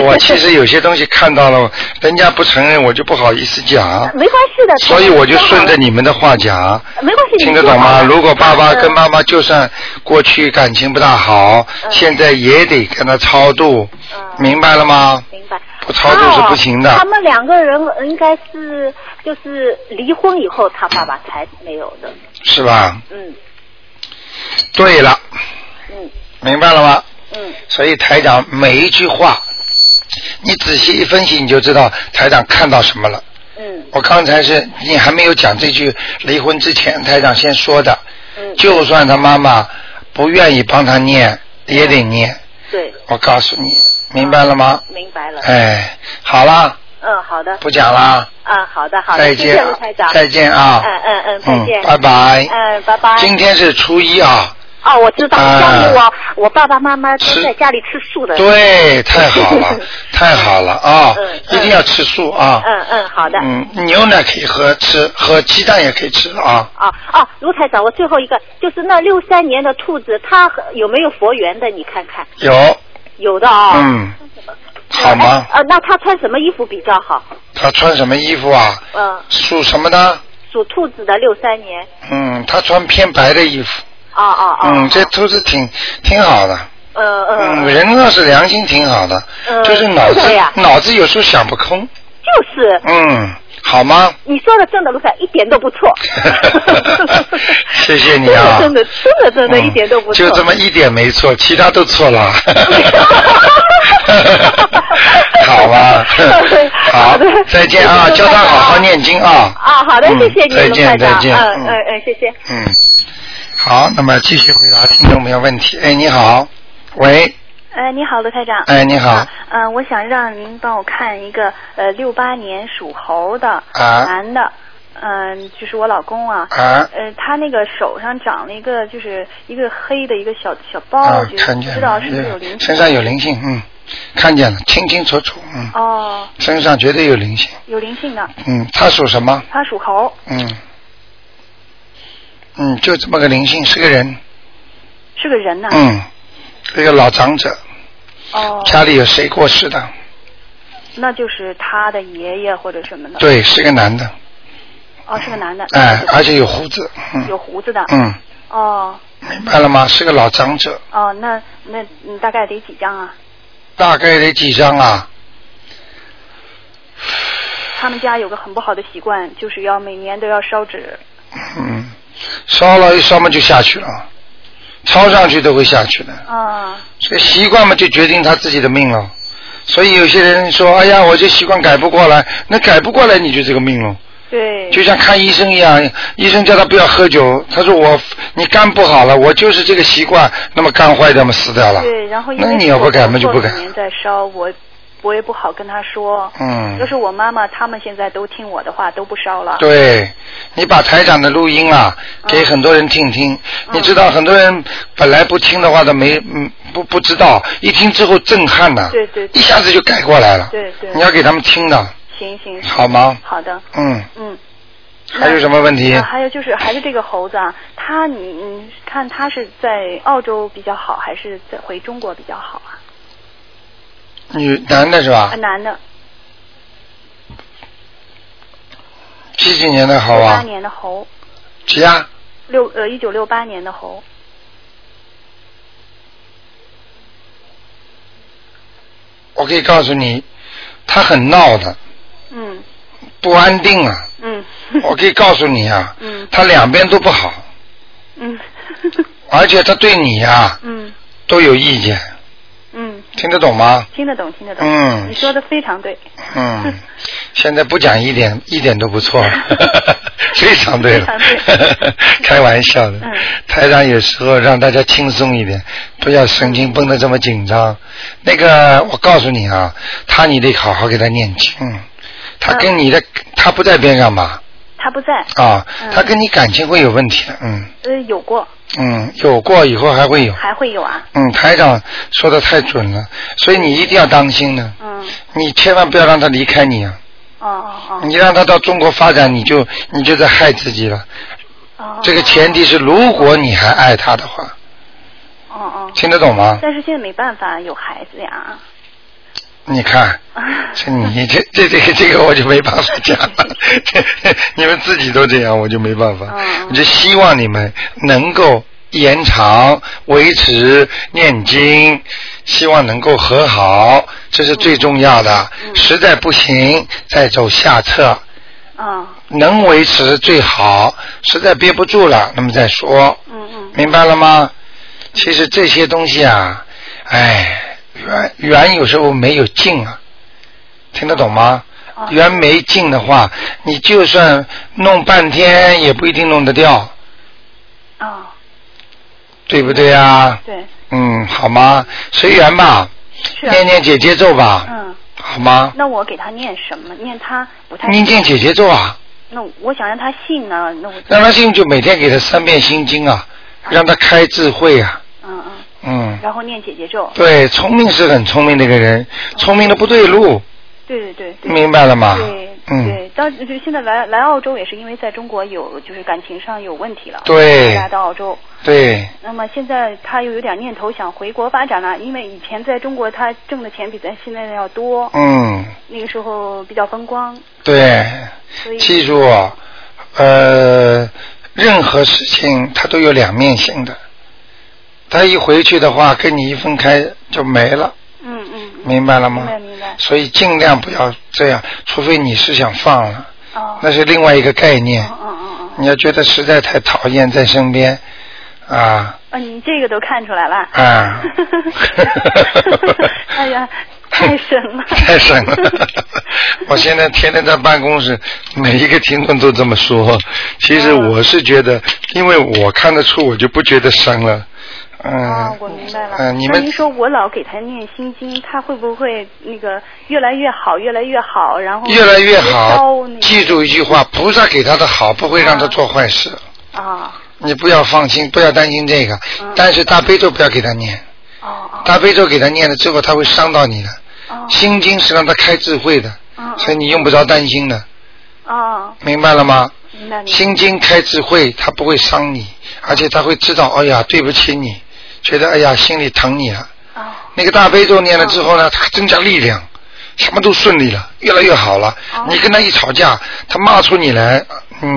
S2: 我其实有些东西看到了，人家不承认我就不好意思 讲，
S4: 没关系的。
S2: 所以我就顺着
S4: 你。
S2: 你们的话讲。
S4: 没关系，你
S2: 听得
S4: 说
S2: 懂
S4: 好
S2: 吗？
S4: 了
S2: 如果爸爸跟
S4: 啊嗯
S2: 妈妈就算过去感情不大好，
S4: 嗯
S2: 现在也得跟他超度，
S4: 嗯
S2: 明白了吗？
S4: 明白。
S2: 不超度是不行的
S4: 哦他们两个人应该是就是离婚以后，他爸爸才没有的。
S2: 是吧？
S4: 嗯
S2: 对了，
S4: 嗯
S2: 明白了吗？
S4: 嗯，
S2: 所以台长每一句话，你仔细一分析，你就知道台长看到什么了。
S4: 嗯
S2: 我刚才是你还没有讲这句离婚之前，台长先说的，
S4: 嗯，
S2: 就算他妈妈不愿意帮他念，也得念。
S4: 对，
S2: 我告诉你，明白了吗？
S4: 明白了。
S2: 哎，好啦，
S4: 嗯，好的。
S2: 不讲啦，
S4: 嗯，好的好的，
S2: 再
S4: 谢
S2: 见
S4: 谢卢台长。，
S2: 再见啊，
S4: 嗯嗯嗯，再见。
S2: 拜拜。
S4: 嗯，拜拜。
S2: 今天是初一啊，
S4: 哦，我知道，
S2: 啊
S4: 家里我我爸爸妈妈都
S2: 吃
S4: 在家里吃素的。
S2: 对，太好了，太好了啊
S4: 嗯，
S2: 一定要吃素啊。
S4: 嗯嗯，好的。
S2: 嗯，牛奶可以喝吃，喝鸡蛋也可以吃啊。
S4: 哦哦，卢台长，我最后一个就是那六三年的兔子，它和有没有佛缘的？你看看，
S2: 有，
S4: 有的哦。
S2: 嗯，好吗？
S6: 哦
S4: 呃，那他穿什么衣服比较好？
S2: 他穿什么衣服啊？
S4: 嗯、
S6: 呃
S2: 属什么的？
S4: 属兔子的六三年。
S2: 嗯，他穿偏白的衣服。
S4: 哦哦哦。
S2: 嗯，这兔子挺挺好的。
S4: 呃呃。
S2: 嗯，人要是良心挺好的，
S4: 嗯
S2: 就是脑子
S4: 是的呀
S2: 脑子有时候想不空。
S4: 就是
S2: 嗯，好吗？。
S4: 你说的真的，卢台一点都不错
S2: 谢谢你啊！
S4: 真的真的真的真的、
S2: 嗯
S4: 一点都不错。
S2: 就这么一点没错，其他都错了。好吧，再见啊，
S5: 谢谢
S2: 叫他好好念经啊。
S5: 啊，好的，
S2: 嗯
S5: 谢谢你，
S2: 再
S5: 卢
S2: 见
S5: 台长
S2: 再见
S5: 嗯
S2: 嗯
S6: 呃
S5: 嗯嗯，谢谢。
S2: 嗯，好，那么继续回答听众朋友问题。哎，你好，喂，
S6: 哎，你好，卢台长。
S2: 哎，你好
S6: 啊，嗯、我想让您帮我看一个呃，六八年属猴的、
S2: 啊
S6: 男的，嗯、就是我老公啊。
S2: 啊，
S6: 呃，他那个手上长了一个，就是一个黑的一个小小
S4: 哦
S6: 包，
S2: 啊
S6: 我，觉得
S2: 看
S6: 不
S2: 见
S6: 知道
S2: 了哎
S6: 是不是有灵，性。
S2: 身上有灵性，嗯，看见了，清清楚楚，嗯，
S6: 哦，
S2: 身上绝对有灵性，
S6: 有灵性的，
S2: 嗯，他属什么？
S6: 他属猴，
S2: 嗯，嗯，就这么个灵性，是个人，
S6: 是个人呐、
S2: 嗯，一个老长者，
S6: 哦，嗯
S2: 家里有谁过世的？
S6: 那就是他的爷爷或者什么的。。
S2: 对，是个男的，
S6: 哦，是个男的。
S2: 哎，而
S6: 且
S2: 且有胡子，嗯
S6: 有胡子的。
S2: 嗯，
S6: 哦
S2: 明白了吗？是个老长者，
S6: 哦，那那嗯大概得几张啊？
S2: 大概得几张啊？
S6: 他们家有个很不好的习惯，就是要每年都要烧纸。
S2: 嗯，烧了一烧嘛就下去了，烧上去都会下去的。
S6: 啊，
S2: 所以习惯嘛就决定他自己的命了。所以有些人说，哎呀，我这习惯改不过来，那改不过来你就这个命了。
S6: 对，
S2: 就像看医生一样，医生叫他不要喝酒，他说我你肝不好了，我就是这个习惯，那么肝坏掉嘛死掉了。
S6: 对，然后因
S2: 啊那
S6: 为
S2: 你要不改嘛就不
S6: 过
S2: 改
S6: 几。年再烧，我我也不好跟他说。
S2: 嗯
S6: 就是我妈妈他们现在都听我的话，都不烧了。
S2: 对，你把台长的录音啊，
S6: 嗯
S2: 给很多人听听。你知道，很多人本来不听的话，他没嗯不不知道，一听之后震撼呐、
S6: 对对对
S2: 一下子就改过来了。
S6: 对对
S2: 啊你要给他们听的，
S6: 行行，
S2: 好吗？
S6: 好的，
S2: 嗯，
S6: 嗯。
S2: 还有什么问题
S6: 啊？还有就是，还是这个猴子啊，他你你看他是在澳洲比较好，还是在回中国比较好啊？
S2: 女男的是吧
S6: 啊，？男的，
S2: 几几年的好
S6: 六八
S2: 啊？
S6: 年的猴，
S2: 几啊？
S6: 六呃一九六八年的猴，
S2: 我可以告诉你，他很闹的，
S6: 嗯
S2: 不安定啊。
S6: 嗯。
S2: 我可以告诉你啊，
S6: 嗯
S2: 他两边都不好，
S6: 嗯
S2: 而且他对你啊
S6: 嗯
S2: 都有意见，
S6: 嗯，
S2: 听得懂吗？
S6: 听得懂，听得懂。
S2: 嗯
S6: 你说的非常对。
S2: 嗯，现在不讲一点一点都不错 了，非常对了
S6: 非常，
S2: 开玩笑的。
S6: 嗯
S2: 台长有时候让大家轻松一点，不要神经绷得这么紧张。那个，我告诉你啊，他你得好好给他念经。
S6: 嗯
S2: 他跟你的，他不在边上吧？
S6: 他不在，
S2: 啊，
S6: 嗯
S2: 他跟你感情会有问题的。嗯
S6: 呃，有过，
S2: 嗯，有过以后还会有。
S6: 还会有啊。
S2: 嗯，台长说的太准了，所以你一定要当心呢。
S6: 嗯，
S2: 你千万不要让他离开你啊。
S6: 哦哦
S2: 你让他到中国发展，你就你就在害自己了。
S6: 哦哦。
S2: 这个前提是，如果你还爱他的话，
S6: 哦哦。
S2: 听得懂吗？
S6: 但是现在没办法，有孩子呀。
S2: 你看，这你这这这个这个我就没办法讲了， 你们自己都这样，我就没办法
S6: 嗯。
S2: 我就希望你们能够延长、维持念经，希望能够和好，这是最重要的。实在不行，再走下策。
S6: 嗯
S2: 能维持最好，实在憋不住了，那么再说，
S6: 嗯
S2: 明白了吗？其实这些东西啊，哎，缘缘有时候没有尽啊，听得懂吗？
S6: 哦
S2: 缘没尽的话，你就算弄半天也不一定弄得掉，
S6: 嗯。哦，
S2: 对不对啊？
S6: 对，
S2: 嗯，好吗？随缘吧，
S6: 是啊。
S2: 念念姐姐咒吧，
S6: 嗯，
S2: 好吗？
S6: 那我给他念什么？念他不太。
S2: 你念姐嗯姐咒啊，
S6: 那我想让他信呢，那我。
S2: 让他信就每天给他三遍心经啊，让他开智慧啊，
S6: 嗯嗯，
S2: 嗯。
S6: 然后念姐姐咒。
S2: 对，聪明是很聪明的一个人，聪明的不对路，
S6: 对对对对。
S2: 明白了吗？
S6: 对
S2: 嗯，
S6: 对，当就现在来来澳洲也是因为在中国有就是感情上有问题了，
S2: 对
S6: 来到澳洲，
S2: 对
S6: 那么现在他又有点念头想回国发展了，因为以前在中国他挣的钱比咱现在的要多，
S2: 嗯，
S6: 那个时候比较风光，
S2: 对，
S6: 所以
S2: 记住哦，呃，任何事情它都有两面性的，他一回去的话，跟你一分开就没了，
S6: 嗯嗯嗯，
S2: 明白了吗
S6: 明？白明白，
S2: 所以尽量不要这样，除非你是想放了，
S6: 哦，
S2: 那是另外一个概念。
S6: 嗯嗯嗯嗯，
S2: 你要觉得实在太讨厌在身边，啊，
S6: 哦啊，你这个都看出来了，
S2: 啊
S6: 哎呀，太
S4: 太神了
S2: 太神了！我现在天天在办公室，每一个听众都这么说。其实
S4: 嗯
S2: 我是觉得，因为我看得出，我就不觉得神了。
S6: 啊
S2: 嗯，，
S6: 我明白了。
S2: 嗯，你
S6: 那
S2: 们
S6: 您说我老给他念心经，他会不会那个越来越好，越来越好，然后
S2: 越来越好
S6: 烧那，个
S2: 记住一句
S4: 嗯
S2: 话：菩萨给他的好不会让他做坏事。
S6: 啊，
S2: 你不要放心，不要担心这个，
S4: 嗯
S2: 但是大悲咒不要给他念，
S6: 哦哦
S2: 大悲咒给他念了之后，他会伤到你的。
S6: 哦
S4: 嗯
S2: 心经是让他开智慧的，
S6: 嗯
S2: 所以你用不着担心的，
S6: 哦，
S2: 明白了吗？
S6: 明白明白。
S2: 心经开智慧，他不会伤你，而且他会知道，哎呀，对不起你，觉得哎呀心里疼你了。
S6: 哦
S2: 那个大悲咒念了之后呢，
S6: 嗯
S2: 他增加力量，什么都顺利了，越来越好了。
S6: 哦
S2: 你跟他一吵架，他骂出你来，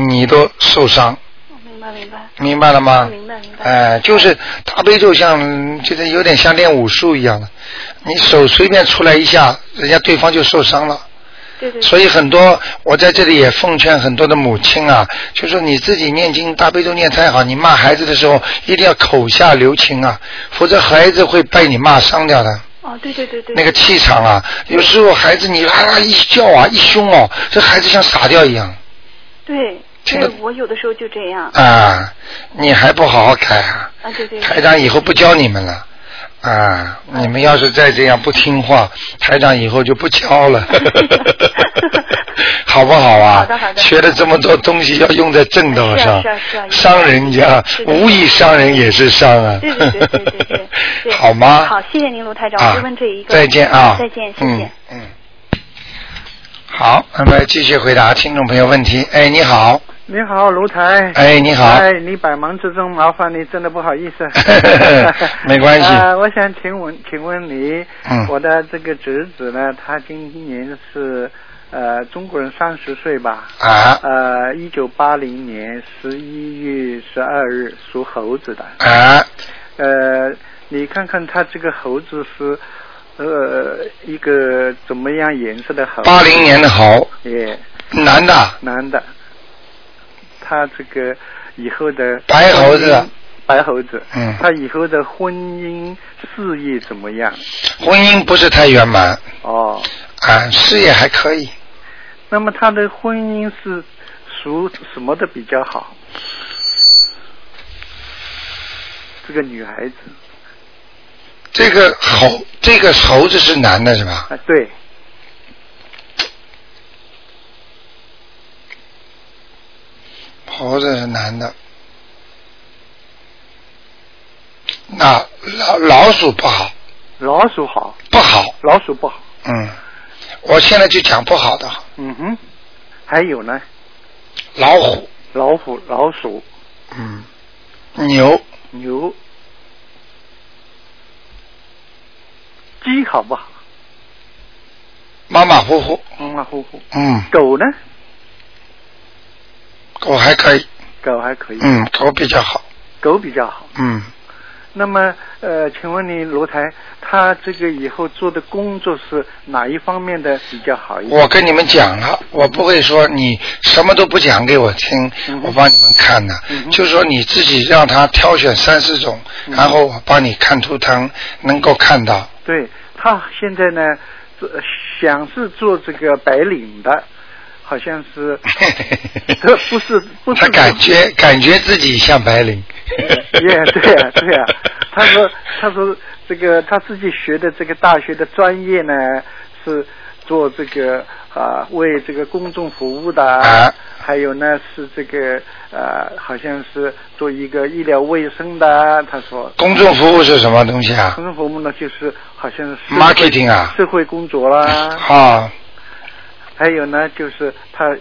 S2: 你都受伤，
S6: 明白明白。
S2: 明白了吗？
S6: 哦明白明白
S2: 哎、就是大悲咒像，就是有点像练武术一样的，你手随便出来一下，人家对方就受伤了。
S6: 对对。
S2: 所以很多，我在这里也奉劝很多的母亲啊，就说你自己念经大悲咒念太好，你骂孩子的时候一定要口下留情啊，否则孩子会被你骂伤掉的。
S6: 哦，对对对对。
S2: 那个气场啊，有时候孩子你啊一叫啊一凶哦，这孩子像傻掉一样
S6: 对，
S2: 听得
S6: 对我有的时候就这样。
S2: 啊，你还不好好改啊，
S6: 啊，对哎对。
S2: 台长以后不教你们了。啊！你们要是再这样不听话，台长以后就不教 了，好不好啊？
S6: 好的好的
S2: 学了这么多东西，要用在正道上，
S6: 是啊是啊是啊
S2: 伤人家
S6: 是，的
S2: 无意伤人也是伤啊。
S6: 对对对对对对对。
S2: 好吗？
S6: 好，谢谢您，卢台长，
S2: 啊
S6: 我就问这一个。
S2: 再见啊！
S6: 再见，谢谢。
S2: 嗯。嗯好，那么继续回答听众朋友问题。哎，你好，
S7: 你好，卢台。
S2: 哎，你好，。
S7: 哎，你百忙之中麻烦你，真的不好意思
S2: 没关系
S7: 啊，我想请问，请问你，
S2: 嗯
S7: 我的这个侄子呢，他今年是呃中国人三十岁吧？
S2: 啊
S7: 呃，一九八零年十一月十二日属猴子的。
S2: 啊，
S7: 呃，你看看他这个猴子是呃一个怎么样颜色的猴子？
S2: 八零年的猴，
S7: 也
S2: 男的，
S7: 男的，他这个以后的
S2: 白猴子，
S7: 白猴子，
S2: 嗯
S7: 他以后的婚姻事业怎么样？
S2: 婚姻不是太圆满，
S7: 哦，
S2: 啊，事业还可以，
S7: 那么他的婚姻是属什么的比较好？这个女孩子
S2: 这个猴，这个猴子是男的是吧？
S7: 啊，对，
S2: 猴子是男的，那老老鼠不好，
S7: 老鼠好，
S2: 不好，
S7: 老鼠不好。
S2: 嗯，我现在就讲不好的，
S7: 嗯哼，还有呢，
S2: 老虎，
S7: 老虎、老鼠、
S2: 嗯，牛，
S7: 牛、鸡好不好？
S2: 马马虎虎，
S7: 马马虎虎。
S2: 嗯，
S7: 狗呢？
S2: 狗还可以，
S7: 狗还可以，
S2: 嗯，狗比较好，
S7: 狗比较好。
S2: 嗯，
S7: 那么，呃，请问你罗台，他这个以后做的工作是哪一方面的比较好一点？
S2: 我跟你们讲了，我不会说你什么都不讲给我听，
S7: 嗯哼
S2: 我帮你们看的，
S7: 嗯哼
S2: 就说你自己让他挑选三四种，
S7: 嗯
S2: 然后我帮你看图腾，能够看到。
S7: 对他现在呢，做想是做这个白领的，好像 是这不是不是
S2: 他感觉感觉自己像白领。
S7: 也对呀、对呀、他说他说这个他自己学的这个大学的专业呢是做这个啊、为这个公众服务的，
S2: 啊
S7: 还有呢是这个呃好像是做一个医疗卫生的，啊他说。
S2: 公众服务是什么东西啊
S7: 公？众服务呢，就是好像是社会
S2: Marketing 啊
S7: 社会工作啦，
S2: 啊，
S7: 还有呢，就是他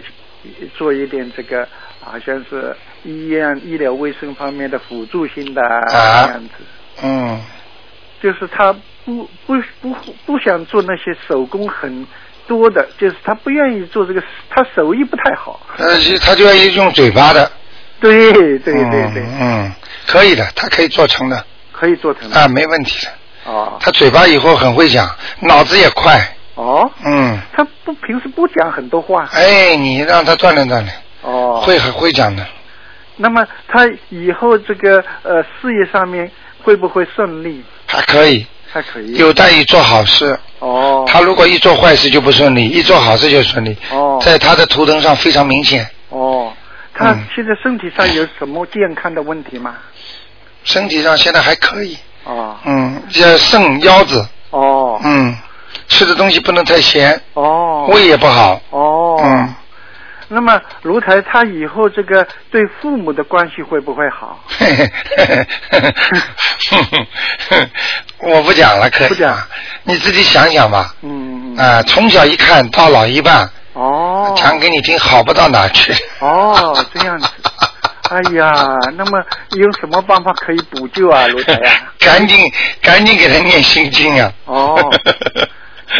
S7: 做一点这个，好像是医院医疗卫生方面的辅助性的
S2: 啊
S7: 这样子，
S2: 嗯，
S7: 就是他不不不不想做那些手工很多的，就是他不愿意做这个，他手艺不太好。
S2: 呃，就他就要用嘴巴的。
S7: 对对对对，
S2: 嗯，嗯可以的，他可以做成的
S7: 可以做成的。
S2: 啊，没问题的。
S7: 哦
S2: 他嘴巴以后很会讲，脑子也快。
S7: 哦，
S2: 嗯，
S7: 他不平时不讲很多话。
S2: 哎，你让他锻炼锻炼，
S7: 哦，
S2: 会很会讲的。
S7: 那么他以后这个呃事业上面会不会顺利？
S2: 还可以，
S7: 还可以。
S2: 有待于做好事。
S7: 嗯哦。
S2: 他如果一做坏事就不顺利，一做好事就顺利，
S7: 哦
S2: 在他的图腾上非常明显，
S7: 哦，他
S2: 嗯
S7: 现在身体上有什么健康的问题吗？
S2: 身体上现在还可以，
S7: 哦
S2: 嗯，这肾腰子，
S7: 哦
S2: 嗯，吃的东西不能太咸，
S7: 哦
S2: 胃也不好，
S7: 哦，
S2: 嗯，
S7: 那么卢台他以后这个对父母的关系会不会好？
S2: 嘿嘿嘿嘿嘿嘿我不讲了，可以啊
S7: 不讲，
S2: 你自己想想吧。
S7: 嗯，
S2: 啊、从小一看到老一半，
S7: 哦
S2: 讲给你听，好不到哪儿去。
S7: 哦，这样子。哎呀，那么有什么办法可以补救啊，卢台呀、
S2: 赶紧赶紧给他念心经啊！
S7: 哦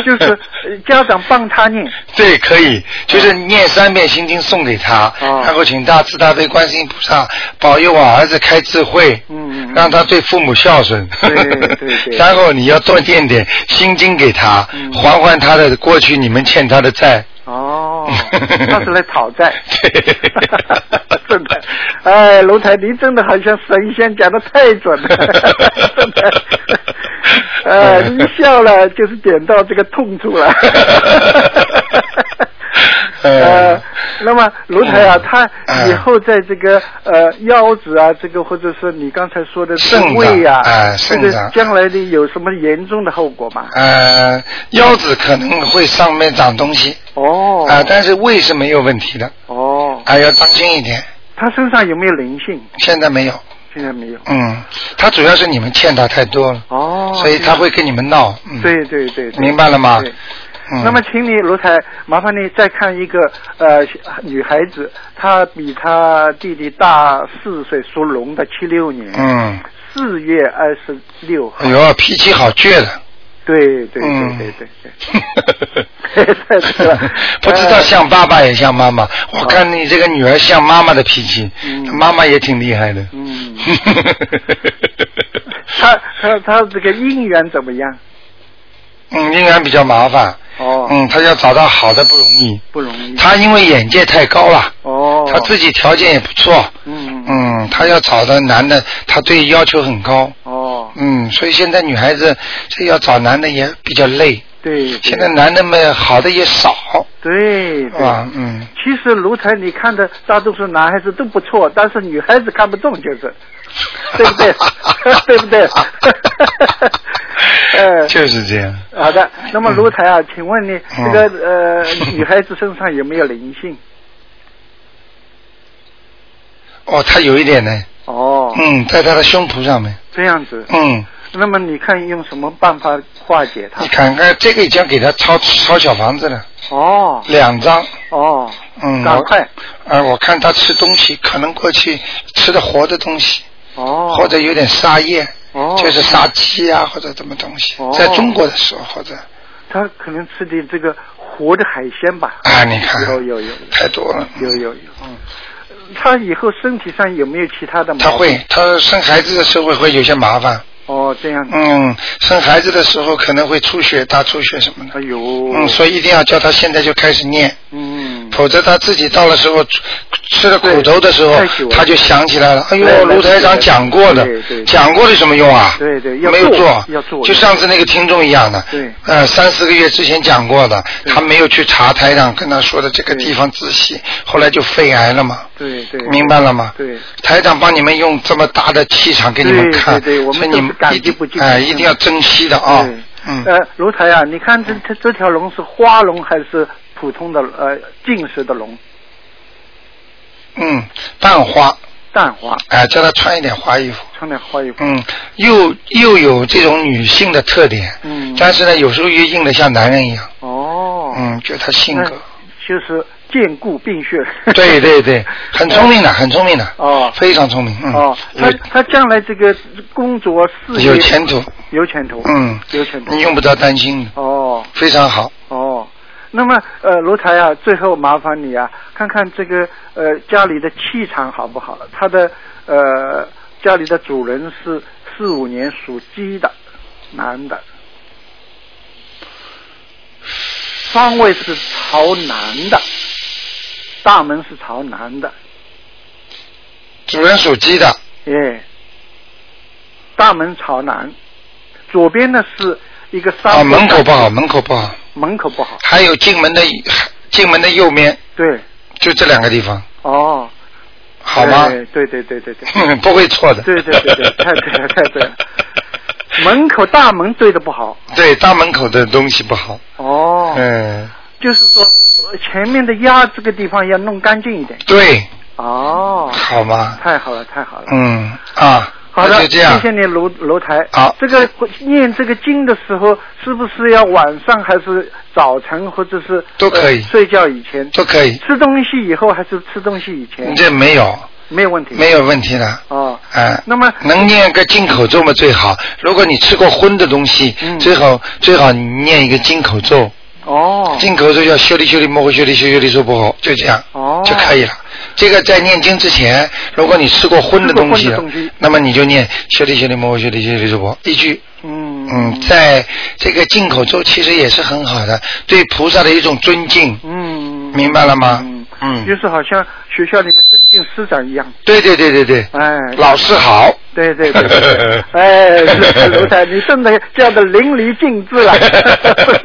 S7: 就是呃家长帮他念，
S2: 对，可以，就是念三遍心经送给他，
S7: 嗯哦
S2: 然后请大慈大悲观世音菩萨保佑我儿子开智慧，
S7: 嗯嗯
S2: 让他对父母孝顺。
S7: 对对 对
S2: 然后你要多念点心经给他，
S7: 嗯
S2: 还还他的过去你们欠他的债。。
S7: 哦，他是来讨债
S2: 对
S7: 真的，哎，卢台，您真的好像神仙，讲的太准 了，真的。呃，一笑了就是点到这个痛处 了。呃，
S2: 哎
S7: 那么卢台
S2: 嗯
S7: 啊，他以后在这个呃腰子啊，这个或者是你刚才说的这
S2: 肾
S7: 个
S2: 脏
S7: 胃啊，
S2: 哎
S7: 或
S2: 肾
S7: 者
S2: 脏
S7: 将来的有什么严重的后果吗？
S2: 呃，腰子可能会上面长东西
S7: 哦
S2: 啊、，但是胃是没有问题的，
S7: 哦，
S2: 啊、要当心一点。
S7: 他身上有没有灵性？
S2: 现在没有，
S7: 现在没有。
S2: 嗯，他主要是你们欠他太多了，
S7: 哦，
S2: 所以他会跟你们闹。嗯、
S7: 对对对，对
S2: 明白了吗
S7: 对
S2: 嗯
S7: 那么，请你卢台，麻烦你再看一个呃女孩子，她比她弟弟大四岁，属龙的，七六年，
S2: 嗯，
S7: 四月二十六号。
S2: 哎呦，脾气好倔的。
S7: 对对
S2: 嗯
S7: 对对对对。太对了
S2: 不知道像爸爸也像妈妈，我看你这个女儿像妈妈的脾气，
S7: 哎嗯
S2: 妈妈也挺厉害的。
S7: 嗯， 她她她这个姻缘怎么样？
S2: 嗯，应该比较麻烦。
S7: 哦，
S2: 嗯，她要找到好的不容易。
S7: 不容易。
S2: 她因为眼界太高了，
S7: 哦，
S2: 她自己条件也不错。
S7: 嗯嗯
S2: 嗯，她要找的男的，她对要求很高。
S7: 哦，
S2: 嗯，所以现在女孩子这要找男的也比较累，
S7: 对，对
S2: 现在男的们好的也少，
S7: 对对
S2: 啊，嗯，
S7: 其实卢台，你看的大多数男孩子都不错，但是女孩子看不中， 就是，对不对？ 对 不对？呃，
S2: 就是这样。
S7: 好的。那么卢台啊，请问你
S2: 嗯
S7: 这个呃，女孩子身上有没有灵性？
S2: 哦，他有一点呢，
S7: 哦，
S2: 嗯，在他的胸脯上面，
S7: 这样子。
S2: 嗯，
S7: 那么你看用什么办法化解它
S2: 你？看看这个已经给他抄抄小房子了，
S7: 哦
S2: 两张，
S7: 哦，
S2: 嗯，
S7: 赶
S2: 我
S7: 快。
S2: 啊，我看他吃东西，可能过去吃的活的东西，
S7: 哦，
S2: 或者有点杀业，
S7: 哦，
S2: 就是杀鸡啊，或者什么东西
S7: 哦，
S2: 在中国的时候，或者
S7: 他可能吃的这个活的海鲜吧。
S2: 啊，你看，
S7: 有有有
S2: 太多了，
S7: 有有有。嗯，他以后身体上有没有其他的毛病？
S2: 他会，他生孩子的时候会有些麻烦，
S7: 哦，这样子。
S2: 嗯，生孩子的时候可能会出血、大出血什么的
S7: 哎，呦，
S2: 嗯，所以一定要叫他现在就开始念，
S7: 嗯，
S2: 否则他自己到了时候吃吃了苦头的时候
S7: 对太久，了
S2: 他就想起来了，哎
S7: 对
S2: 呦，
S7: 对
S2: 卢台长讲过的
S7: 对对，对
S2: 讲过的什么用啊？
S7: 对对要
S2: 没有
S7: 做
S2: 做，
S7: 要做
S2: 就上次那个听众一样的，
S7: 对
S2: 呃，三四个月之前讲过的，
S7: 对
S2: 他没有去查台长跟他说的这个
S7: 对
S2: 地方仔细，后来就肺癌了嘛。
S7: 对对，
S2: 明白了吗？
S7: 对，
S2: 台长帮你们用这么大的气场给你们
S7: 对
S2: 看，
S7: 对对我们
S2: 所以
S7: 都
S2: 你
S7: 是
S2: 们
S7: 感
S2: 一
S7: 激
S2: 定
S7: 不尽
S2: 哎，一
S7: 心
S2: 定
S7: 的
S2: 要珍惜的啊
S7: 对。
S2: 嗯，
S7: 呃，卢台啊，你看这这这条龙是花龙还是普通的呃进食的龙？
S2: 嗯，淡花，
S7: 淡花，
S2: 哎，叫他穿一点花衣服。
S7: 穿点花衣服。
S2: 嗯，又又有这种女性的特点，
S7: 嗯
S2: 但是呢，有时候又硬的像男人一样，
S7: 哦，
S2: 嗯，就他性格，
S7: 那就是兼顾并蓄。
S2: 对对对，很聪明的，很聪明的，
S7: 哦
S2: 非常聪明，嗯，
S7: 哦，他他将来这个工作事业
S2: 有有前途，
S7: 有前途，
S2: 嗯，
S7: 有前途
S2: 你。用不着担心的，
S7: 哦，
S2: 非常好，
S7: 哦，那么呃，卢台啊，最后麻烦你啊，看看这个呃家里的气场好不好？他的呃家里的主人是四五年属鸡的男的，方位是朝南的，大门是朝南的，
S2: 主人属鸡的，
S7: 耶，大门朝南，左边呢是一个
S2: 啊，
S7: 三
S2: 门口不好，门口不好，
S7: 门口不好。
S2: 还有进门的进门的右面，
S7: 对，
S2: 就这两个地方，
S7: 哦，
S2: 好吗？
S7: 哎对对对对对，
S2: 不会错的。
S7: 对对对对，太对了太 对了。门口大门对的不好，
S2: 对大门口的东西不好。
S7: 哦，
S2: 嗯，
S7: 就是说呃前面的鸭这个地方要弄干净一点。
S2: 对，
S7: 哦，
S2: 好吗？
S7: 太好了太好了。
S2: 嗯啊，
S7: 好的
S2: 那，就这样
S7: 谢。谢你楼楼台。
S2: 好
S7: 这个念这个经的时候，是不是要晚上还是早晨，或者是
S2: 都可以
S7: 呃睡觉以前？
S2: 都可以，
S7: 吃东西以后还是吃东西以前
S2: 你？这没有
S7: 没有问题。
S2: 没有问题的。
S7: 嗯哦，
S2: 哎，
S7: 那么
S2: 能念个进口咒嘛最好。如果你吃过荤的东西，
S7: 嗯
S2: 最好最好你念一个进口咒。
S7: 哦
S2: 进口咒叫修理修理摩诃修理修修理娑婆诃，就这样
S7: 哦
S2: 就可以了。这个在念经之前，如果你吃过荤的东西
S7: 吃
S2: 了
S7: 过荤的东西，
S2: 那么你就念修理修理摩诃修理修修理娑婆一句。
S7: 嗯
S2: 嗯，在这个进口咒其实也是很好的，对菩萨的一种尊敬，
S7: 嗯，
S2: 明白了吗
S7: 嗯？
S2: 嗯
S7: 就，是好像学校里面尊敬师长一样，
S2: 对对对对对，
S7: 哎，
S2: 老师 好。
S7: 对对对对对， 哎，是是卢台，你真的叫的淋漓尽致了。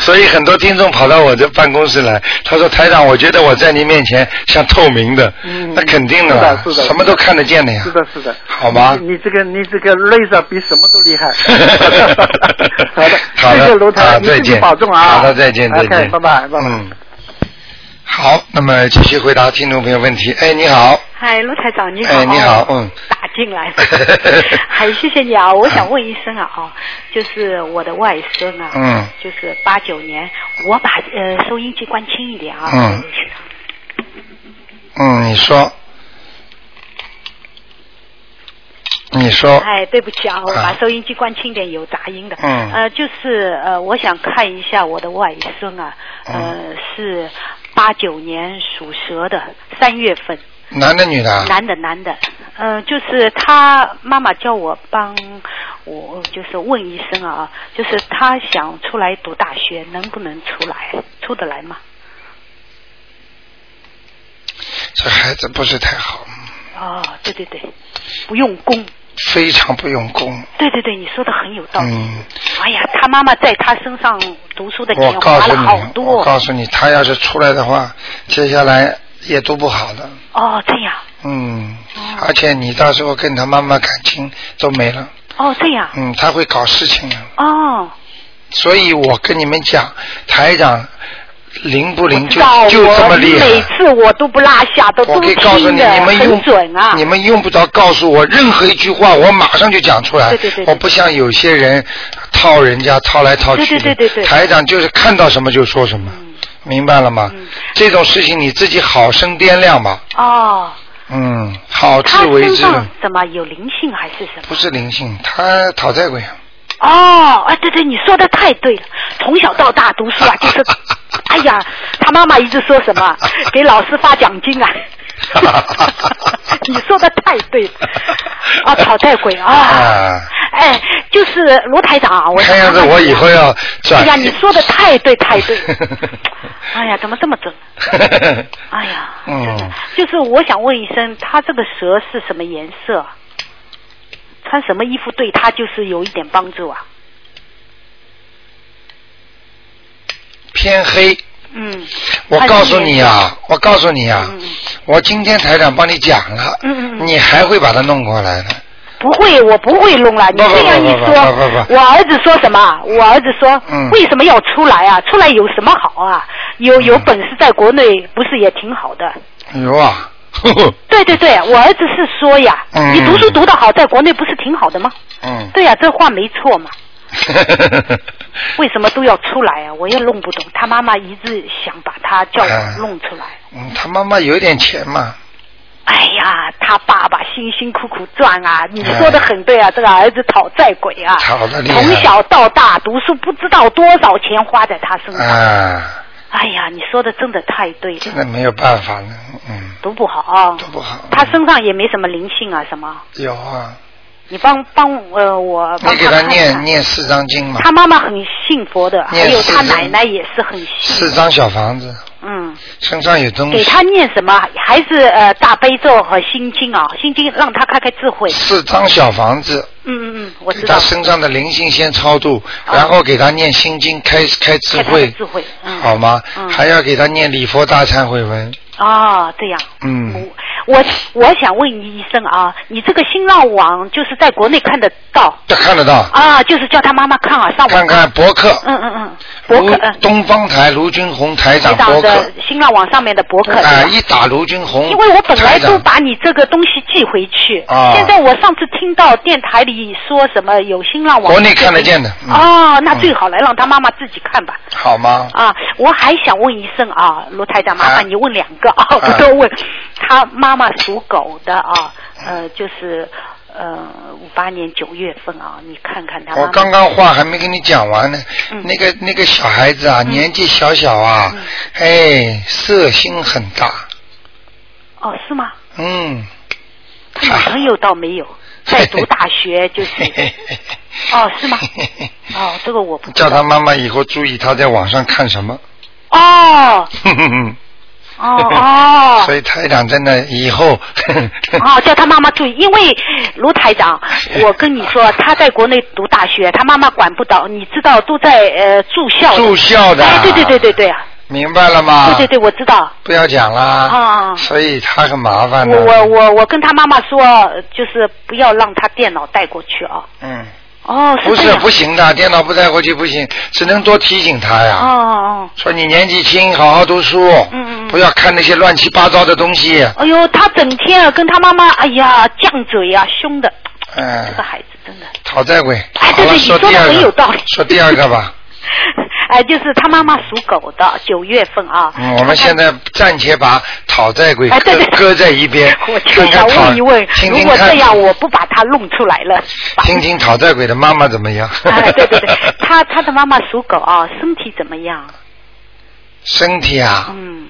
S2: 所以很多听众跑到我这办公室来，他说：“台长，我觉得我在您面前像透明的，
S7: 嗯
S2: 那肯定的啦，
S7: 是的是的
S2: 什么都看得见的呀。”
S7: 是的，是的，
S2: 好吗
S7: 你你这个你这个 laser 比什么都厉 害。好的，
S2: 好的，
S7: 谢谢卢台，
S2: 啊
S7: 你
S2: 再
S7: 自己
S2: 见，
S7: 保重啊。
S2: 好的，再见，再
S7: OK，
S2: 见，
S7: 拜拜，拜拜。
S2: 嗯。好，那么继续回答听众朋友问题。哎，你好，
S3: 嗨，陆台长，你好。哦
S2: 哎，你好，嗯，
S3: 打进来 了，还谢谢你啊！我想问一声啊，哦，就是我的外甥啊，
S2: 嗯
S3: 就是八九年，我把呃收音机关轻一点啊，
S2: 嗯嗯，你说，你说，
S3: 哎，对不起啊，我把
S2: 啊
S3: 收音机关轻一点，有杂音的。
S2: 嗯
S3: 呃，就是呃，我想看一下我的外甥啊，呃，
S2: 嗯
S3: 是八九年属蛇的，三月份，
S2: 男的女的啊？
S3: 男的男的。呃，就是他妈妈叫我帮我，就是问一声啊，就是他想出来读大学，能不能出来？出得来吗？
S2: 这孩子不是太好，
S3: 哦，对对对，不用功。
S2: 非常不用功。
S3: 对对对，你说的很有道理。
S2: 嗯，
S3: 哎呀，他妈妈在他身上读书的
S2: 我
S3: 钱
S2: 告
S3: 花
S2: 诉
S3: 了好
S2: 你，
S3: 多
S2: 我。告诉你，他要是出来的话，接下来也读不好的。
S3: 哦，这样，
S2: 嗯，而且你到时候跟他妈妈感情都没了，
S3: 哦，这样，
S2: 嗯，他会搞事情的。
S3: 哦，
S2: 所以我跟你们讲，台长灵不灵就
S3: 我
S2: 就这么厉
S3: 每
S2: 害。
S3: 次我都不落下，都
S2: 我
S3: 都
S2: 可以
S3: 听
S2: 告诉你，
S3: 的
S2: 你们用
S3: 很准啊。
S2: 你们用不着告诉我任何一句话，我马上就讲出来。
S3: 对对对对
S2: 我不像有些人套人家套来套去的。
S3: 对对对对对
S2: 台长就是看到什么就说什么，明白了吗？
S3: 嗯
S2: 这种事情你自己好生掂量吧。
S3: 哦，
S2: 嗯，好
S3: 他
S2: 自为
S3: 身
S2: 之。
S3: 上什么有灵性还是什么？
S2: 不是灵性，他讨债鬼。啊
S3: 哦，哎，对对，你说的太对了。从小到大读书啊， 就是，哎呀，他妈妈一直说什么给老师发奖金啊。 你说的太对了，啊，讨债鬼啊！
S2: 啊
S3: 哎，就是罗台长啊，我
S2: 看样子
S3: 想
S2: 我
S3: 问你
S2: 以
S3: 啊
S2: 后要转
S3: 哎
S2: 移。
S3: 呀，你说的太对太对。哎呀，怎么这么准？哎呀，
S2: 嗯
S3: 真的， 就是我想问一声，他这个蛇是什么颜色？穿什么衣服对他就是有一点帮助啊？
S2: 偏黑。
S3: 嗯
S2: 我告诉你啊，我告诉你啊，
S3: 嗯嗯
S2: 我今天台长帮你讲了，
S3: 嗯嗯嗯
S2: 你还会把它弄过来的。
S3: 不会，我不会弄了。你
S2: 不不
S3: 这样一
S2: 不不
S3: 说
S2: 不不，不
S3: 我儿子说什么？我儿子说
S2: 嗯，
S3: 为什么要出来啊？出来有什么好啊？有有
S2: 嗯
S3: 本事在国内不是也挺好的？
S2: 哎呦啊，呵呵
S3: 对对对，我儿子是说呀，
S2: 嗯
S3: 你读书读得好，在国内不是挺好的吗？
S2: 嗯，
S3: 对呀、这话没错嘛。为什么都要出来啊？我也弄不懂。他妈妈一直想把他叫我弄出来。
S2: 嗯他妈妈有点钱嘛，
S3: 哎呀，他爸爸辛辛苦苦赚
S2: 哎
S3: 啊！你说的很对啊，这个儿子讨债鬼啊，
S2: 讨得厉害
S3: 从小到大读书不知道多少钱花在他身上。
S2: 啊，
S3: 哎呀，你说的真的太对
S2: 真
S3: 了，
S2: 的没有办法了，嗯，
S3: 读不好啊
S2: 都，不好。
S3: 他身上也没什么灵性啊，什么
S2: 有啊，
S3: 你帮帮呃我帮
S2: 你给他
S3: 看
S2: 念
S3: 看
S2: 念四张经嘛，
S3: 他妈妈很信佛的，还
S2: 念
S3: 有
S2: 四
S3: 他
S2: 张
S3: 奶奶也是很信。
S2: 四张小房子，
S3: 嗯，
S2: 身上有东
S3: 给
S2: 西，
S3: 他念什么？还是呃大悲咒和心经啊？心经让他开开智慧。
S2: 四张小房子，
S3: 嗯嗯嗯，我
S2: 给
S3: 知道
S2: 他。身上的灵性先超度，然后给他念心经开开智
S3: 开哦他的
S2: 慧，哦
S3: 智慧。嗯。
S2: 好吗？
S3: 嗯
S2: 还要给他念礼佛大忏悔文，
S3: 哦，这样。
S2: 嗯，
S3: 我我想问你医生啊，你这个新浪网就是在国内看得到
S2: 这看得到，
S3: 啊？就是叫他妈妈看啊，上网
S2: 看看博客，
S3: 嗯嗯嗯，博
S2: 卢
S3: 客嗯，
S2: 东方台卢军红台长
S3: 台
S2: 博
S3: 长
S2: 客
S3: 的，新浪网上面的博客。
S2: 啊、
S3: 是吧
S2: 一打卢军红，
S3: 因为我本来
S2: 台长
S3: 都把你这个东西寄回去，
S2: 啊
S3: 现在我上次听到电台里说什么有新浪网，
S2: 国内看得见的嗯
S3: 哦，那最好了，让他妈妈自己看吧。
S2: 好吗？
S3: 啊，我还想问医生啊，罗台长，麻
S2: 啊
S3: 烦你问两个啊，
S2: 啊
S3: 不多问。他妈妈属狗的啊，呃，就是呃五八年九月份啊，你看看他妈
S2: 我
S3: 妈。
S2: 刚刚话还没跟你讲完呢，
S3: 嗯
S2: 那个那个小孩子啊，年纪小小啊，哎，色心很大，
S3: 哦，是吗？
S2: 嗯，
S3: 他女朋友 倒没有，在读大学，就是
S2: 嘿嘿嘿
S3: 哦，是 吗？哦，这个我不知
S2: 叫
S3: 道。
S2: 他妈妈以后注意他在网上看 什么，
S3: 哦
S2: 哼哼哼
S3: 哦哦。
S2: 所以台长真的以后，
S3: 哦，叫他妈妈注意，因为卢台长，我跟你说，他在国内读大学，他妈妈管不到，你知道都在呃住校的。
S2: 住校的啊
S3: 哎，对对对对对，
S2: 明白了吗？
S3: 对对对，我知道。
S2: 不要讲啦
S3: 啊，
S2: 所以他很麻烦的
S3: 我，我我我跟他妈妈说，就是不要让他电脑带过去啊。
S2: 嗯。
S3: 哦，
S2: 不
S3: 这
S2: 是
S3: 样。
S2: 不行的，电脑不带过去不行，只能多提醒他呀。
S3: 哦哦哦，
S2: 说你年纪轻，好好读书，
S3: 嗯嗯
S2: 不要看那些乱七八糟的东西。
S3: 哎呦，他整天啊跟他妈妈，哎呀犟嘴啊，凶的，这
S2: 嗯
S3: 个，孩子真的。
S2: 讨债鬼。
S3: 哎
S2: 好
S3: 对对
S2: 了，
S3: 你
S2: 说
S3: 说
S2: 第
S3: 的
S2: 二
S3: 很有
S2: 个
S3: 道理，
S2: 说第二个 吧。
S3: 哎，就是他妈妈属狗的，九月份啊。
S2: 嗯，我们现在暂且把讨债鬼
S3: 哎对
S2: 搁
S3: 对
S2: 搁在一边，
S3: 我就
S2: 看
S3: 想
S2: 看讨
S3: 问一问，
S2: 听
S3: 如
S2: 听
S3: 果
S2: 看
S3: 这样，我不把他弄出来 了。
S2: 听听讨债鬼的妈妈怎么样？
S3: 哎，对对对，他他的妈妈属狗啊，身体怎么样？
S2: 身体啊，
S3: 嗯，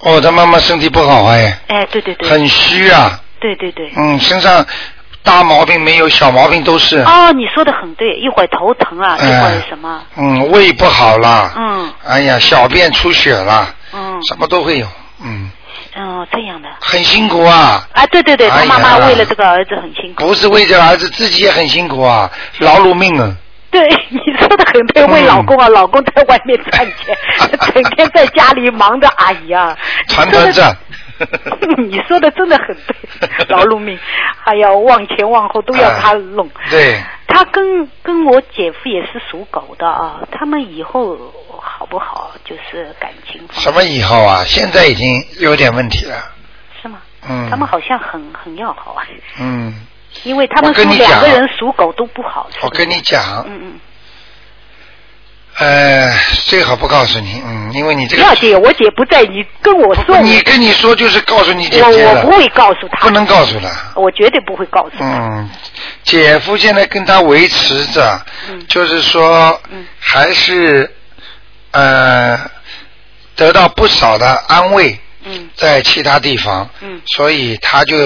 S2: 哦，他妈妈身体不好哎，
S3: 哎，对对对，
S2: 很虚啊，
S3: 对对对。
S2: 嗯，身上大毛病没有，小毛病都是。哎
S3: 哦，你说的很对，一会儿头疼啊，一会儿什么，
S2: 嗯，胃不好啦。
S3: 嗯
S2: 哎呀，小便出血啦，
S3: 嗯
S2: 什么都会有。嗯，
S3: 嗯，这样的。
S2: 很辛苦啊，
S3: 啊，对对对，
S2: 哎
S3: 他
S2: 呀
S3: 妈妈为了这个儿子很辛苦。
S2: 不是为这儿子，自己也很辛苦啊，劳碌命啊。
S3: 对， 你说的很对，为老公
S2: 嗯
S3: 啊，老公在外面赚钱，整天在家里忙着，哎呀，
S2: 船团
S3: 真的
S2: 战。
S3: 你说的真的很对，劳碌命，还要往前往后都要他弄。
S2: 哎对，
S3: 他跟跟我姐夫也是属狗的啊，他们以后好不好？就是感情方
S2: 什么以后啊？现在已经有点问题了。
S3: 是吗？
S2: 嗯
S3: 他们好像很很要好啊，
S2: 嗯，
S3: 因为他
S2: 我
S3: 们说
S2: 跟你讲啊
S3: 两个人属狗都不好。是不
S2: 我
S3: 是
S2: 跟你讲，
S3: 嗯嗯，
S2: 呃，最好不告诉你，嗯，因为你这
S3: 不
S2: 个
S3: 要姐，我姐不在，你跟我说，
S2: 你跟你说就是告诉你姐
S3: 我
S2: 姐
S3: 我
S2: 了，
S3: 不会告诉他，
S2: 不能告诉了。
S3: 我绝对不会告诉他。
S2: 嗯，姐夫现在跟他维持着，
S3: 嗯
S2: 就是说，
S3: 嗯
S2: 还是呃得到不少的安慰，
S3: 嗯
S2: 在其他地方，
S3: 嗯
S2: 所以他就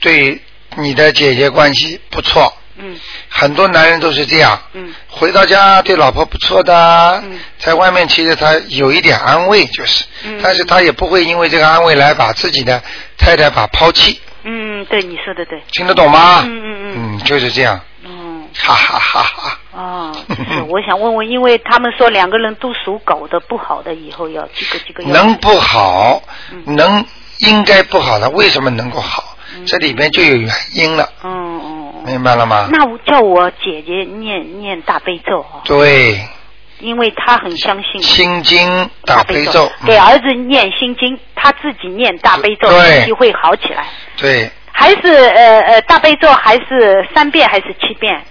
S2: 对你的姐姐关系不错。
S3: 嗯
S2: 很多男人都是这样，
S3: 嗯
S2: 回到家对老婆不错的，啊
S3: 嗯
S2: 在外面其实他有一点安慰，就是，
S3: 嗯
S2: 但是他也不会因为这个安慰来把自己的太太把抛弃，
S3: 嗯，对，你说的对。
S2: 听得懂吗？
S3: 嗯嗯嗯
S2: 嗯，就是这样，
S3: 嗯
S2: 哈哈哈哈。
S3: 哦，是，我想问问，因为他们说两个人都属狗的，不好的以后要这个这个要
S2: 能不好，
S3: 嗯
S2: 能应该不好了，为什么能够好？
S8: 嗯
S2: 这里边就有原因了，
S3: 嗯嗯嗯，
S2: 明白了吗？
S3: 那我叫我姐姐念念大悲咒啊，
S2: 对，
S3: 因为她很相
S8: 嗯
S3: 信
S2: 心经大悲咒，
S3: 给
S8: 啊
S2: 嗯
S3: 儿子念心经，他自己念大悲咒，
S2: 对
S3: 身体会好起来。
S2: 对，
S3: 还是呃呃大悲咒还是三遍还是七遍？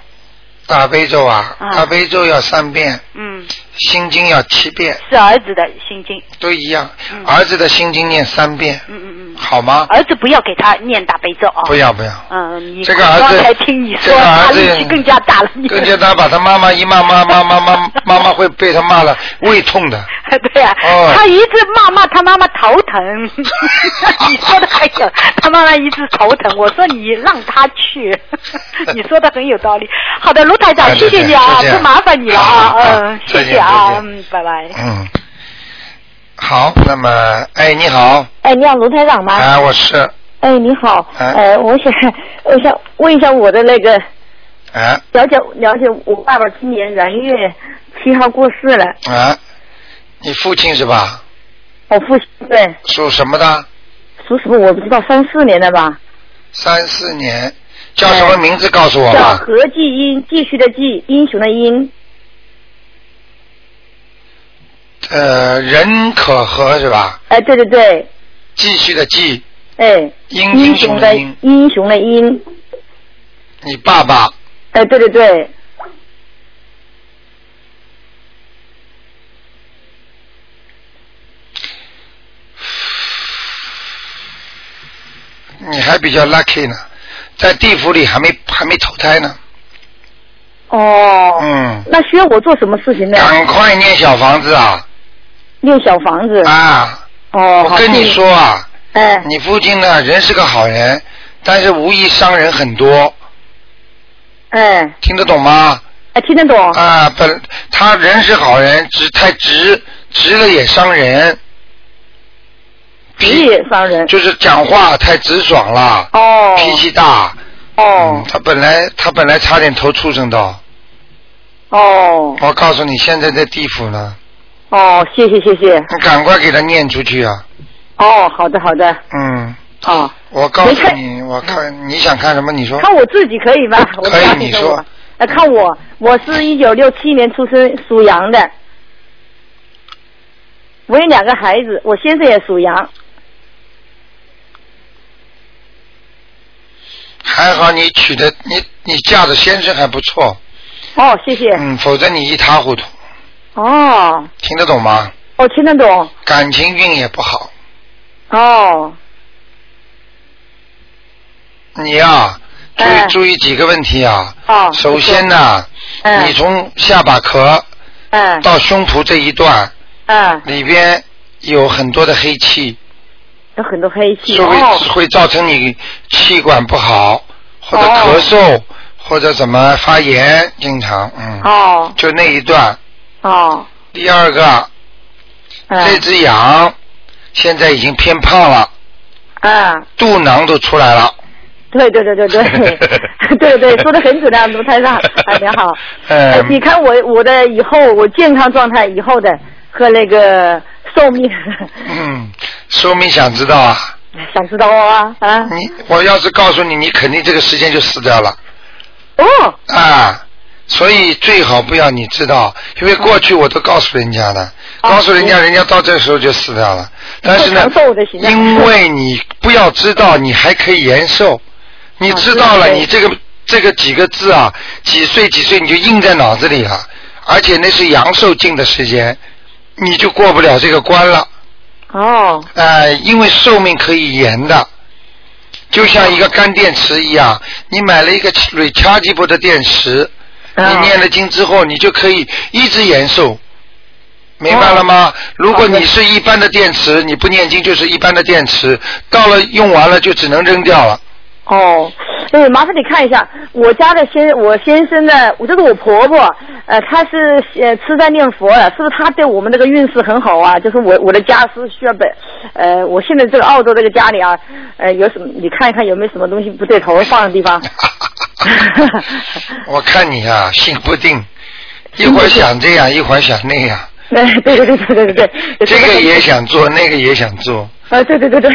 S2: 大悲咒啊，
S3: 嗯
S2: 大悲咒要三遍，
S3: 嗯，
S2: 心经要七遍，
S3: 是儿子的心经。
S2: 都一样。
S3: 嗯
S2: 儿子的心经念三遍，
S3: 嗯嗯嗯，
S2: 好吗？
S8: 儿子不要给他念大悲咒
S3: 哦
S8: 啊、
S2: 不要不要，
S8: 嗯，啊你
S2: 这个儿子
S8: 刚才听你
S2: 这
S8: 说，
S2: 个儿
S8: 他
S2: 子嗯
S8: 力气更加大了。你
S2: 更加他把他妈妈一骂骂骂骂骂妈妈会被他骂了，胃痛的。
S8: 对呀、
S2: 哦
S8: 他一直骂骂他妈妈头疼， 你说的还 有，他妈妈一直头疼。我说你让他去， 你说的很有 道理。好的，卢台长，
S2: 哎
S8: 谢谢你啊，
S2: 再见
S8: 不麻烦你了啊
S2: 好，好
S8: 嗯，谢谢
S2: 再
S8: 啊，
S2: 见再见
S8: 嗯，拜拜。
S2: 嗯，好，那么哎你好，
S3: 哎，你好，卢台长吗？
S2: 哎我是
S3: 哎，你好，
S2: 哎
S3: 呃，我想， 我想问一下我的那个，
S2: 哎
S3: 了解了解，我爸爸今年元月七号过世了，
S2: 哎，你父亲是吧？
S3: 我父亲对，
S2: 属什么的？
S3: 属什么我不知道，三四年的吧，
S2: 三四年，叫什么名字？告诉我
S3: 叫
S2: 吧。
S3: 何继英，继续的继，英雄的英，
S2: 呃，任可和是吧？
S3: 哎，对对对，
S2: 继续的继，
S3: 哎，
S2: 英
S3: 英
S2: 英雄
S3: 的
S2: 的英。
S3: 英雄的英，
S2: 你爸爸
S3: 哎，对对对，
S2: 你还比较 lucky 呢，在地府里还没还没投胎呢。
S3: 哦，
S2: 嗯，
S3: 那需要我做什么事情呢？
S2: 赶快念小房子啊
S3: 念小房子，
S2: 啊！
S3: 哦，
S2: 我
S3: 好
S2: 跟你，说啊，
S3: 哎，
S2: 你父亲呢人是个好人，但是无意伤人很多，
S3: 哎，
S2: 听得懂吗？
S3: 哎，听得懂？
S2: 啊，本他人是好人，直太直直了也伤人，
S3: 职业商人，
S2: 就是讲话太直爽了，
S3: 哦，
S2: 脾气大。
S3: 哦
S2: 嗯，他本来他本来差点投畜生道，
S3: 哦
S2: 我告诉你，现在在地府呢，
S3: 哦，谢谢谢谢，
S2: 你赶快给他念出去啊！
S3: 哦，好的好的，
S2: 嗯，
S3: 哦，
S2: 我告
S3: 没
S2: 诉
S3: 看
S2: 你，我看你想看什么？你说
S3: 看我自己可以吗？我
S2: 哦可以
S3: 看
S2: 你
S3: 看
S2: 说
S3: 我。呃，看我，我是一九六七年出生，属羊的。我有两个孩子，我先生也属羊。
S2: 还好你娶的你你嫁的先生还不错，
S3: 哦，谢谢。
S2: 嗯，否则你一塌糊涂，
S3: 哦，
S2: 听得懂吗？
S3: 我听得懂。
S2: 感情运也不好，
S3: 哦，
S2: 你呀、注意
S3: 哎
S2: 注意几个问题啊。
S3: 哦。
S2: 首先呢、
S3: 嗯
S2: 你从下巴壳
S3: 嗯
S2: 到胸脯这一段
S3: 嗯，
S2: 里边有很多的黑气，
S3: 有很多黑气。
S2: 就
S3: 哦
S2: 会会造成你气管不好，或者
S3: 哦
S2: 咳嗽，或者怎么发炎，经常嗯，
S3: 哦
S2: 就那一段。
S3: 哦，
S2: 第二个，这
S3: 嗯
S2: 只羊现在已经偏胖了，
S3: 嗯，
S2: 肚囊都出来了。
S3: 对对对 对对，对对，说的很准啊，卢台长，哎，你好。
S2: 嗯
S3: 哎你看我我的以后我健康状态以后的和那个寿命，
S2: 嗯，说明想知道啊。
S3: 想知道啊啊
S2: 你我要是告诉你，你肯定这个时间就死掉了哎
S3: 哦
S2: 啊。所以最好不要你知道，因为过去我都告诉人家的，告诉人家，人家到这时候就死掉了。但是呢
S3: 哦长寿的，形象
S2: 因为你不要知道，你还可以延寿。你知道了，
S3: 对对
S2: 你这个这个几个字啊，几岁几岁你就印在脑子里了，而且那是阳寿尽的时间，你就过不了这个关了。
S3: 哦
S2: 呃，因为寿命可以延的，就像一个干电池一样，你买了一个 rechargeable 的电池，你
S3: 啊
S2: 念了经之后，你就可以一直延寿。明白了吗？如果你是一般的电池，你不念经就是一般的电池，到了用完了就只能扔掉了。
S3: 哦，哎，麻烦你看一下我家的先我先生呢，我就是我婆婆，呃，她是呃吃斋念佛了，是不是她对我们这个运势很好啊？就是我我的家是需要本，呃，我现在这个澳洲这个家里啊，呃，有什么你看一看有没有什么东西不对头放的地方？
S2: 我看你啊，心不定，一会儿想这样，一会儿想那样，
S3: 哎，对对对对对对对，
S2: 这个也想做，那个也想做。
S3: 啊，对对对对，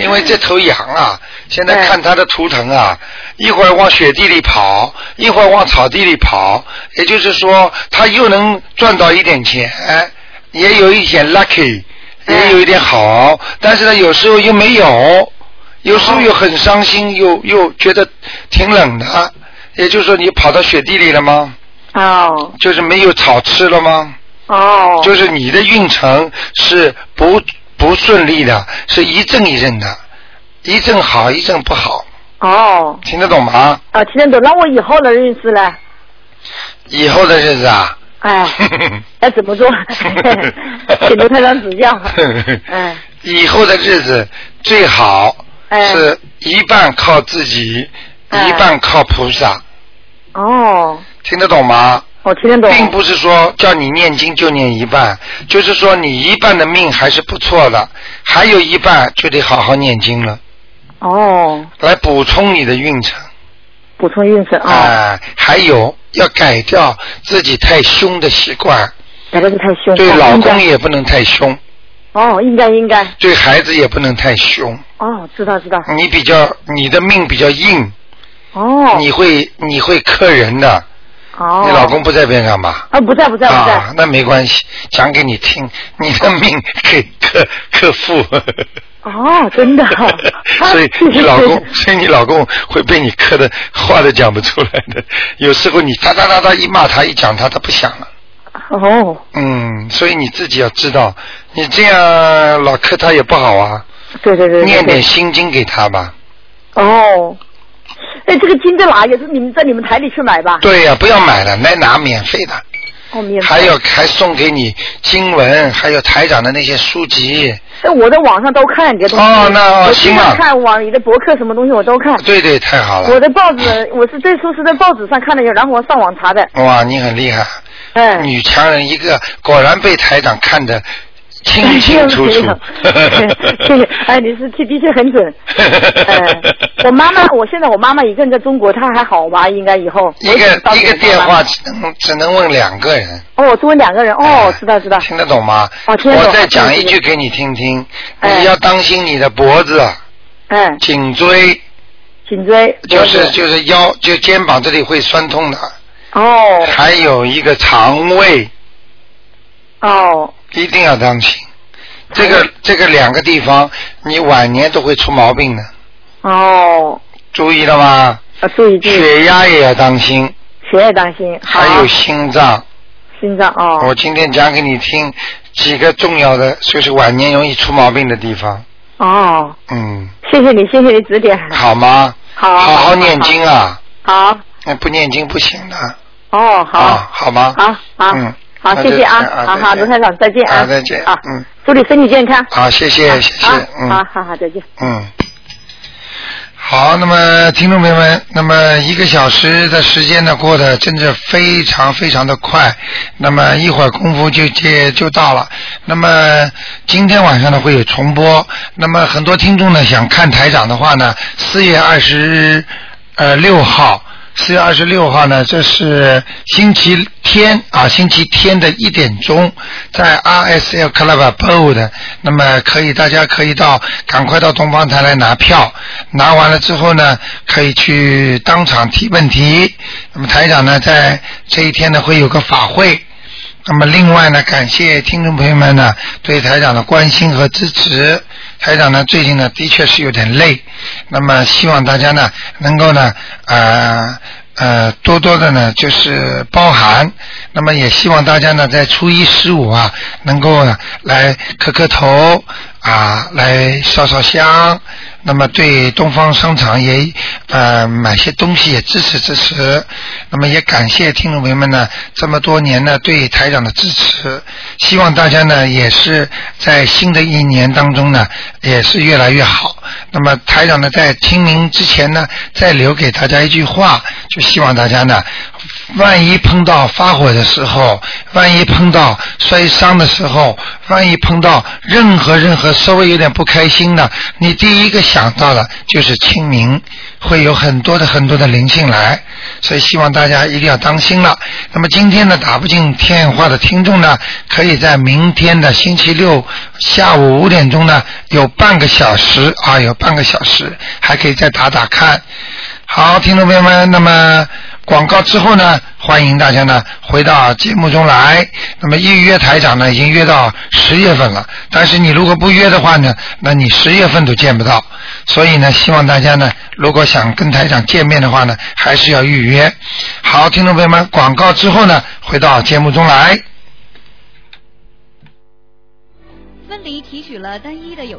S2: 因为这头羊 啊，现在看它的图腾啊，一会儿往雪地里跑，一会儿往草地里跑，也就是说，它又能赚到一点钱，哎也有一点 lucky，也有
S3: 哎
S2: 一点好，但是呢，有时候又没有，有时
S3: 哦
S2: 候又很伤心，又又觉得挺冷的。也就是说，你跑到雪地里了吗？
S3: 哦
S2: 就是没有草吃了吗？
S3: 哦，
S2: 就是你的运程是不不顺利的，是一阵一阵的，一阵好一阵不好，
S3: 哦，
S2: 听得懂吗？
S3: 啊，听得懂。那我以后的日子呢？
S2: 以后的日子啊，
S3: 哎， 要怎么做？请卢台长指教。 嗯，
S2: 以后的日子最好
S3: 哎，
S2: 是一半靠自己，
S3: 哎
S2: 一半靠菩萨，
S3: 哦，
S2: 听得懂吗？
S3: 我听得懂。
S2: 并不是说叫你念经就念一半，就是说你一半的命还是不错的，还有一半就得好好念经了，
S3: 哦，
S2: 来补充你的运程。
S3: 补充运程
S2: 啊、
S3: 啊，
S2: 还有要改掉自己太凶的习惯，
S3: 改的是太凶。
S2: 对
S3: 哦
S2: 老
S3: 应该
S2: 公也不能太凶，
S3: 哦，应该应该。
S2: 对孩子也不能太凶。
S3: 哦，知道知道。
S2: 你比较你的命比较硬，
S3: 哦。
S2: 你会你会克人的。
S3: 哦。
S2: 你老公不在边上吧？
S3: 啊，不在不在不在。
S2: 啊，那没关系，讲给你听，你的命给克 克 父，
S3: 哦，真 的。
S2: 所以
S3: 啊
S2: 你老。
S3: 谢谢谢
S2: 公
S3: 谢，
S2: 所以你老公会被你克的话都讲不出来的。有时候你哒哒哒哒一骂他，一讲他，他不想了。
S3: 哦，
S2: 嗯，所以你自己要知道，你这样老克他也不好啊，
S3: 对对对。对
S2: 念点
S3: 对
S2: 心经给他吧。
S3: 哦。哎，这个金在哪？也是你们在你们台里去买吧？
S2: 对呀、不要买了，来拿免费的，
S3: 哦，免费。
S2: 还有还送给你经文，还有台长的那些书籍。
S3: 哎，我在网上都看你的东西。
S2: 哦那
S3: 我
S2: 行
S3: 经
S2: 了啊
S3: 常看网你的博客什么东西我都看。
S2: 对对，太好
S3: 我
S2: 了，
S3: 的报纸，我是最初是在报纸上看的，然后我上网查的。
S2: 哇，你很厉害，
S3: 嗯。
S2: 女强人一个，果然被台长看得清清楚 楚。
S3: 谢谢，哎，你是的确很准。嗯，我妈妈，我现在我妈妈一个人在中国，她还好吧？应该以后
S2: 一
S3: 我也
S2: 个
S3: 知道
S2: 一个
S3: 怎么
S2: 电
S3: 办
S2: 话只能只能问两个人，
S3: 哦，作为两个人哦，知道知道。
S2: 哎听得懂吗？
S3: 哦听得懂
S2: 我再讲一句给你听听，
S3: 哎
S2: 你要当心你的脖子、啊
S3: 嗯，
S2: 颈椎，
S3: 颈椎
S2: 就
S3: 脖
S2: 是
S3: 子
S2: 就是腰，就肩膀这里会酸痛的。
S3: 哦
S2: 还有一个肠胃，
S3: 哦
S2: 一定要当心。这个这个两个地方，你晚年都会出毛病的，
S3: 哦，
S2: 注意了吗？
S3: 啊，注意注意，
S2: 血压也要当心，
S3: 血也当心，
S2: 还
S3: 好
S2: 有心脏。
S3: 心脏哦
S2: 我今天讲给你听几个重要的，就是晚年容易出毛病的地方。
S3: 哦，
S2: 嗯，
S3: 谢谢你，谢谢你指点，
S2: 好吗？
S3: 好
S2: 好好念经啊，
S3: 好
S2: 那不念经不行的
S3: 哦好
S2: 啊，好吗？
S3: 好好
S2: 嗯，
S3: 好，
S2: 那
S3: 谢
S2: 就
S3: 谢啊
S2: 这样，啊
S3: 好好，
S2: 再见
S3: 卢台长再见
S2: 啊
S3: 啊，
S2: 再见
S3: 啊，
S2: 嗯，
S3: 祝你身体健康，
S2: 好，谢谢谢谢
S3: 啊，
S2: 嗯。
S3: 好好好，再见。
S2: 嗯，好，那么听众朋友们，那么一个小时的时间呢，过得真是非常非常的快，那么一会儿功夫就接就到了。那么今天晚上呢会有重播，那么很多听众呢想看台长的话呢，四月二十呃六号。四月二十六号呢，这是星期天啊，星期天的一点钟，在 RSL Club Bold，那么可以大家可以到赶快到东方台来拿票，拿完了之后呢，可以去当场提问题。那么台长呢，在这一天呢会有个法会。那么另外呢，感谢听众朋友们呢对台长的关心和支持。台长呢最近呢的确是有点累，那么希望大家呢能够呢呃呃多多的呢就是包涵，那么也希望大家呢在初一十五啊能够呢来磕磕头啊，来烧烧香，那么对东方商场也呃买些东西也支持支持，那么也感谢听众朋友们呢这么多年呢对台长的支持，希望大家呢也是在新的一年当中呢也是越来越好。那么台长呢在清明之前呢再留给大家一句话，就希望大家呢万一碰到发火的时候，万一碰到摔伤的时候，万一碰到任何任何稍微有点不开心的，你第一个想到的就是清明，会有很多的很多的灵性来，所以希望大家一定要当心了。那么今天呢打不进电话的听众呢，可以在明天的星期六下午五点钟呢有半个小时啊，有半个小时还可以再打打看。好，听众朋友们，那么广告之后呢，欢迎大家呢回到节目中来。那么预约台长呢，已经约到十月份了，但是你如果不约的话呢，那你十月份都见不到。所以呢，希望大家呢，如果想跟台长见面的话呢，还是要预约。好，听众朋友们，广告之后呢，回到节目中来。
S4: 芬分别提取了单一的有效。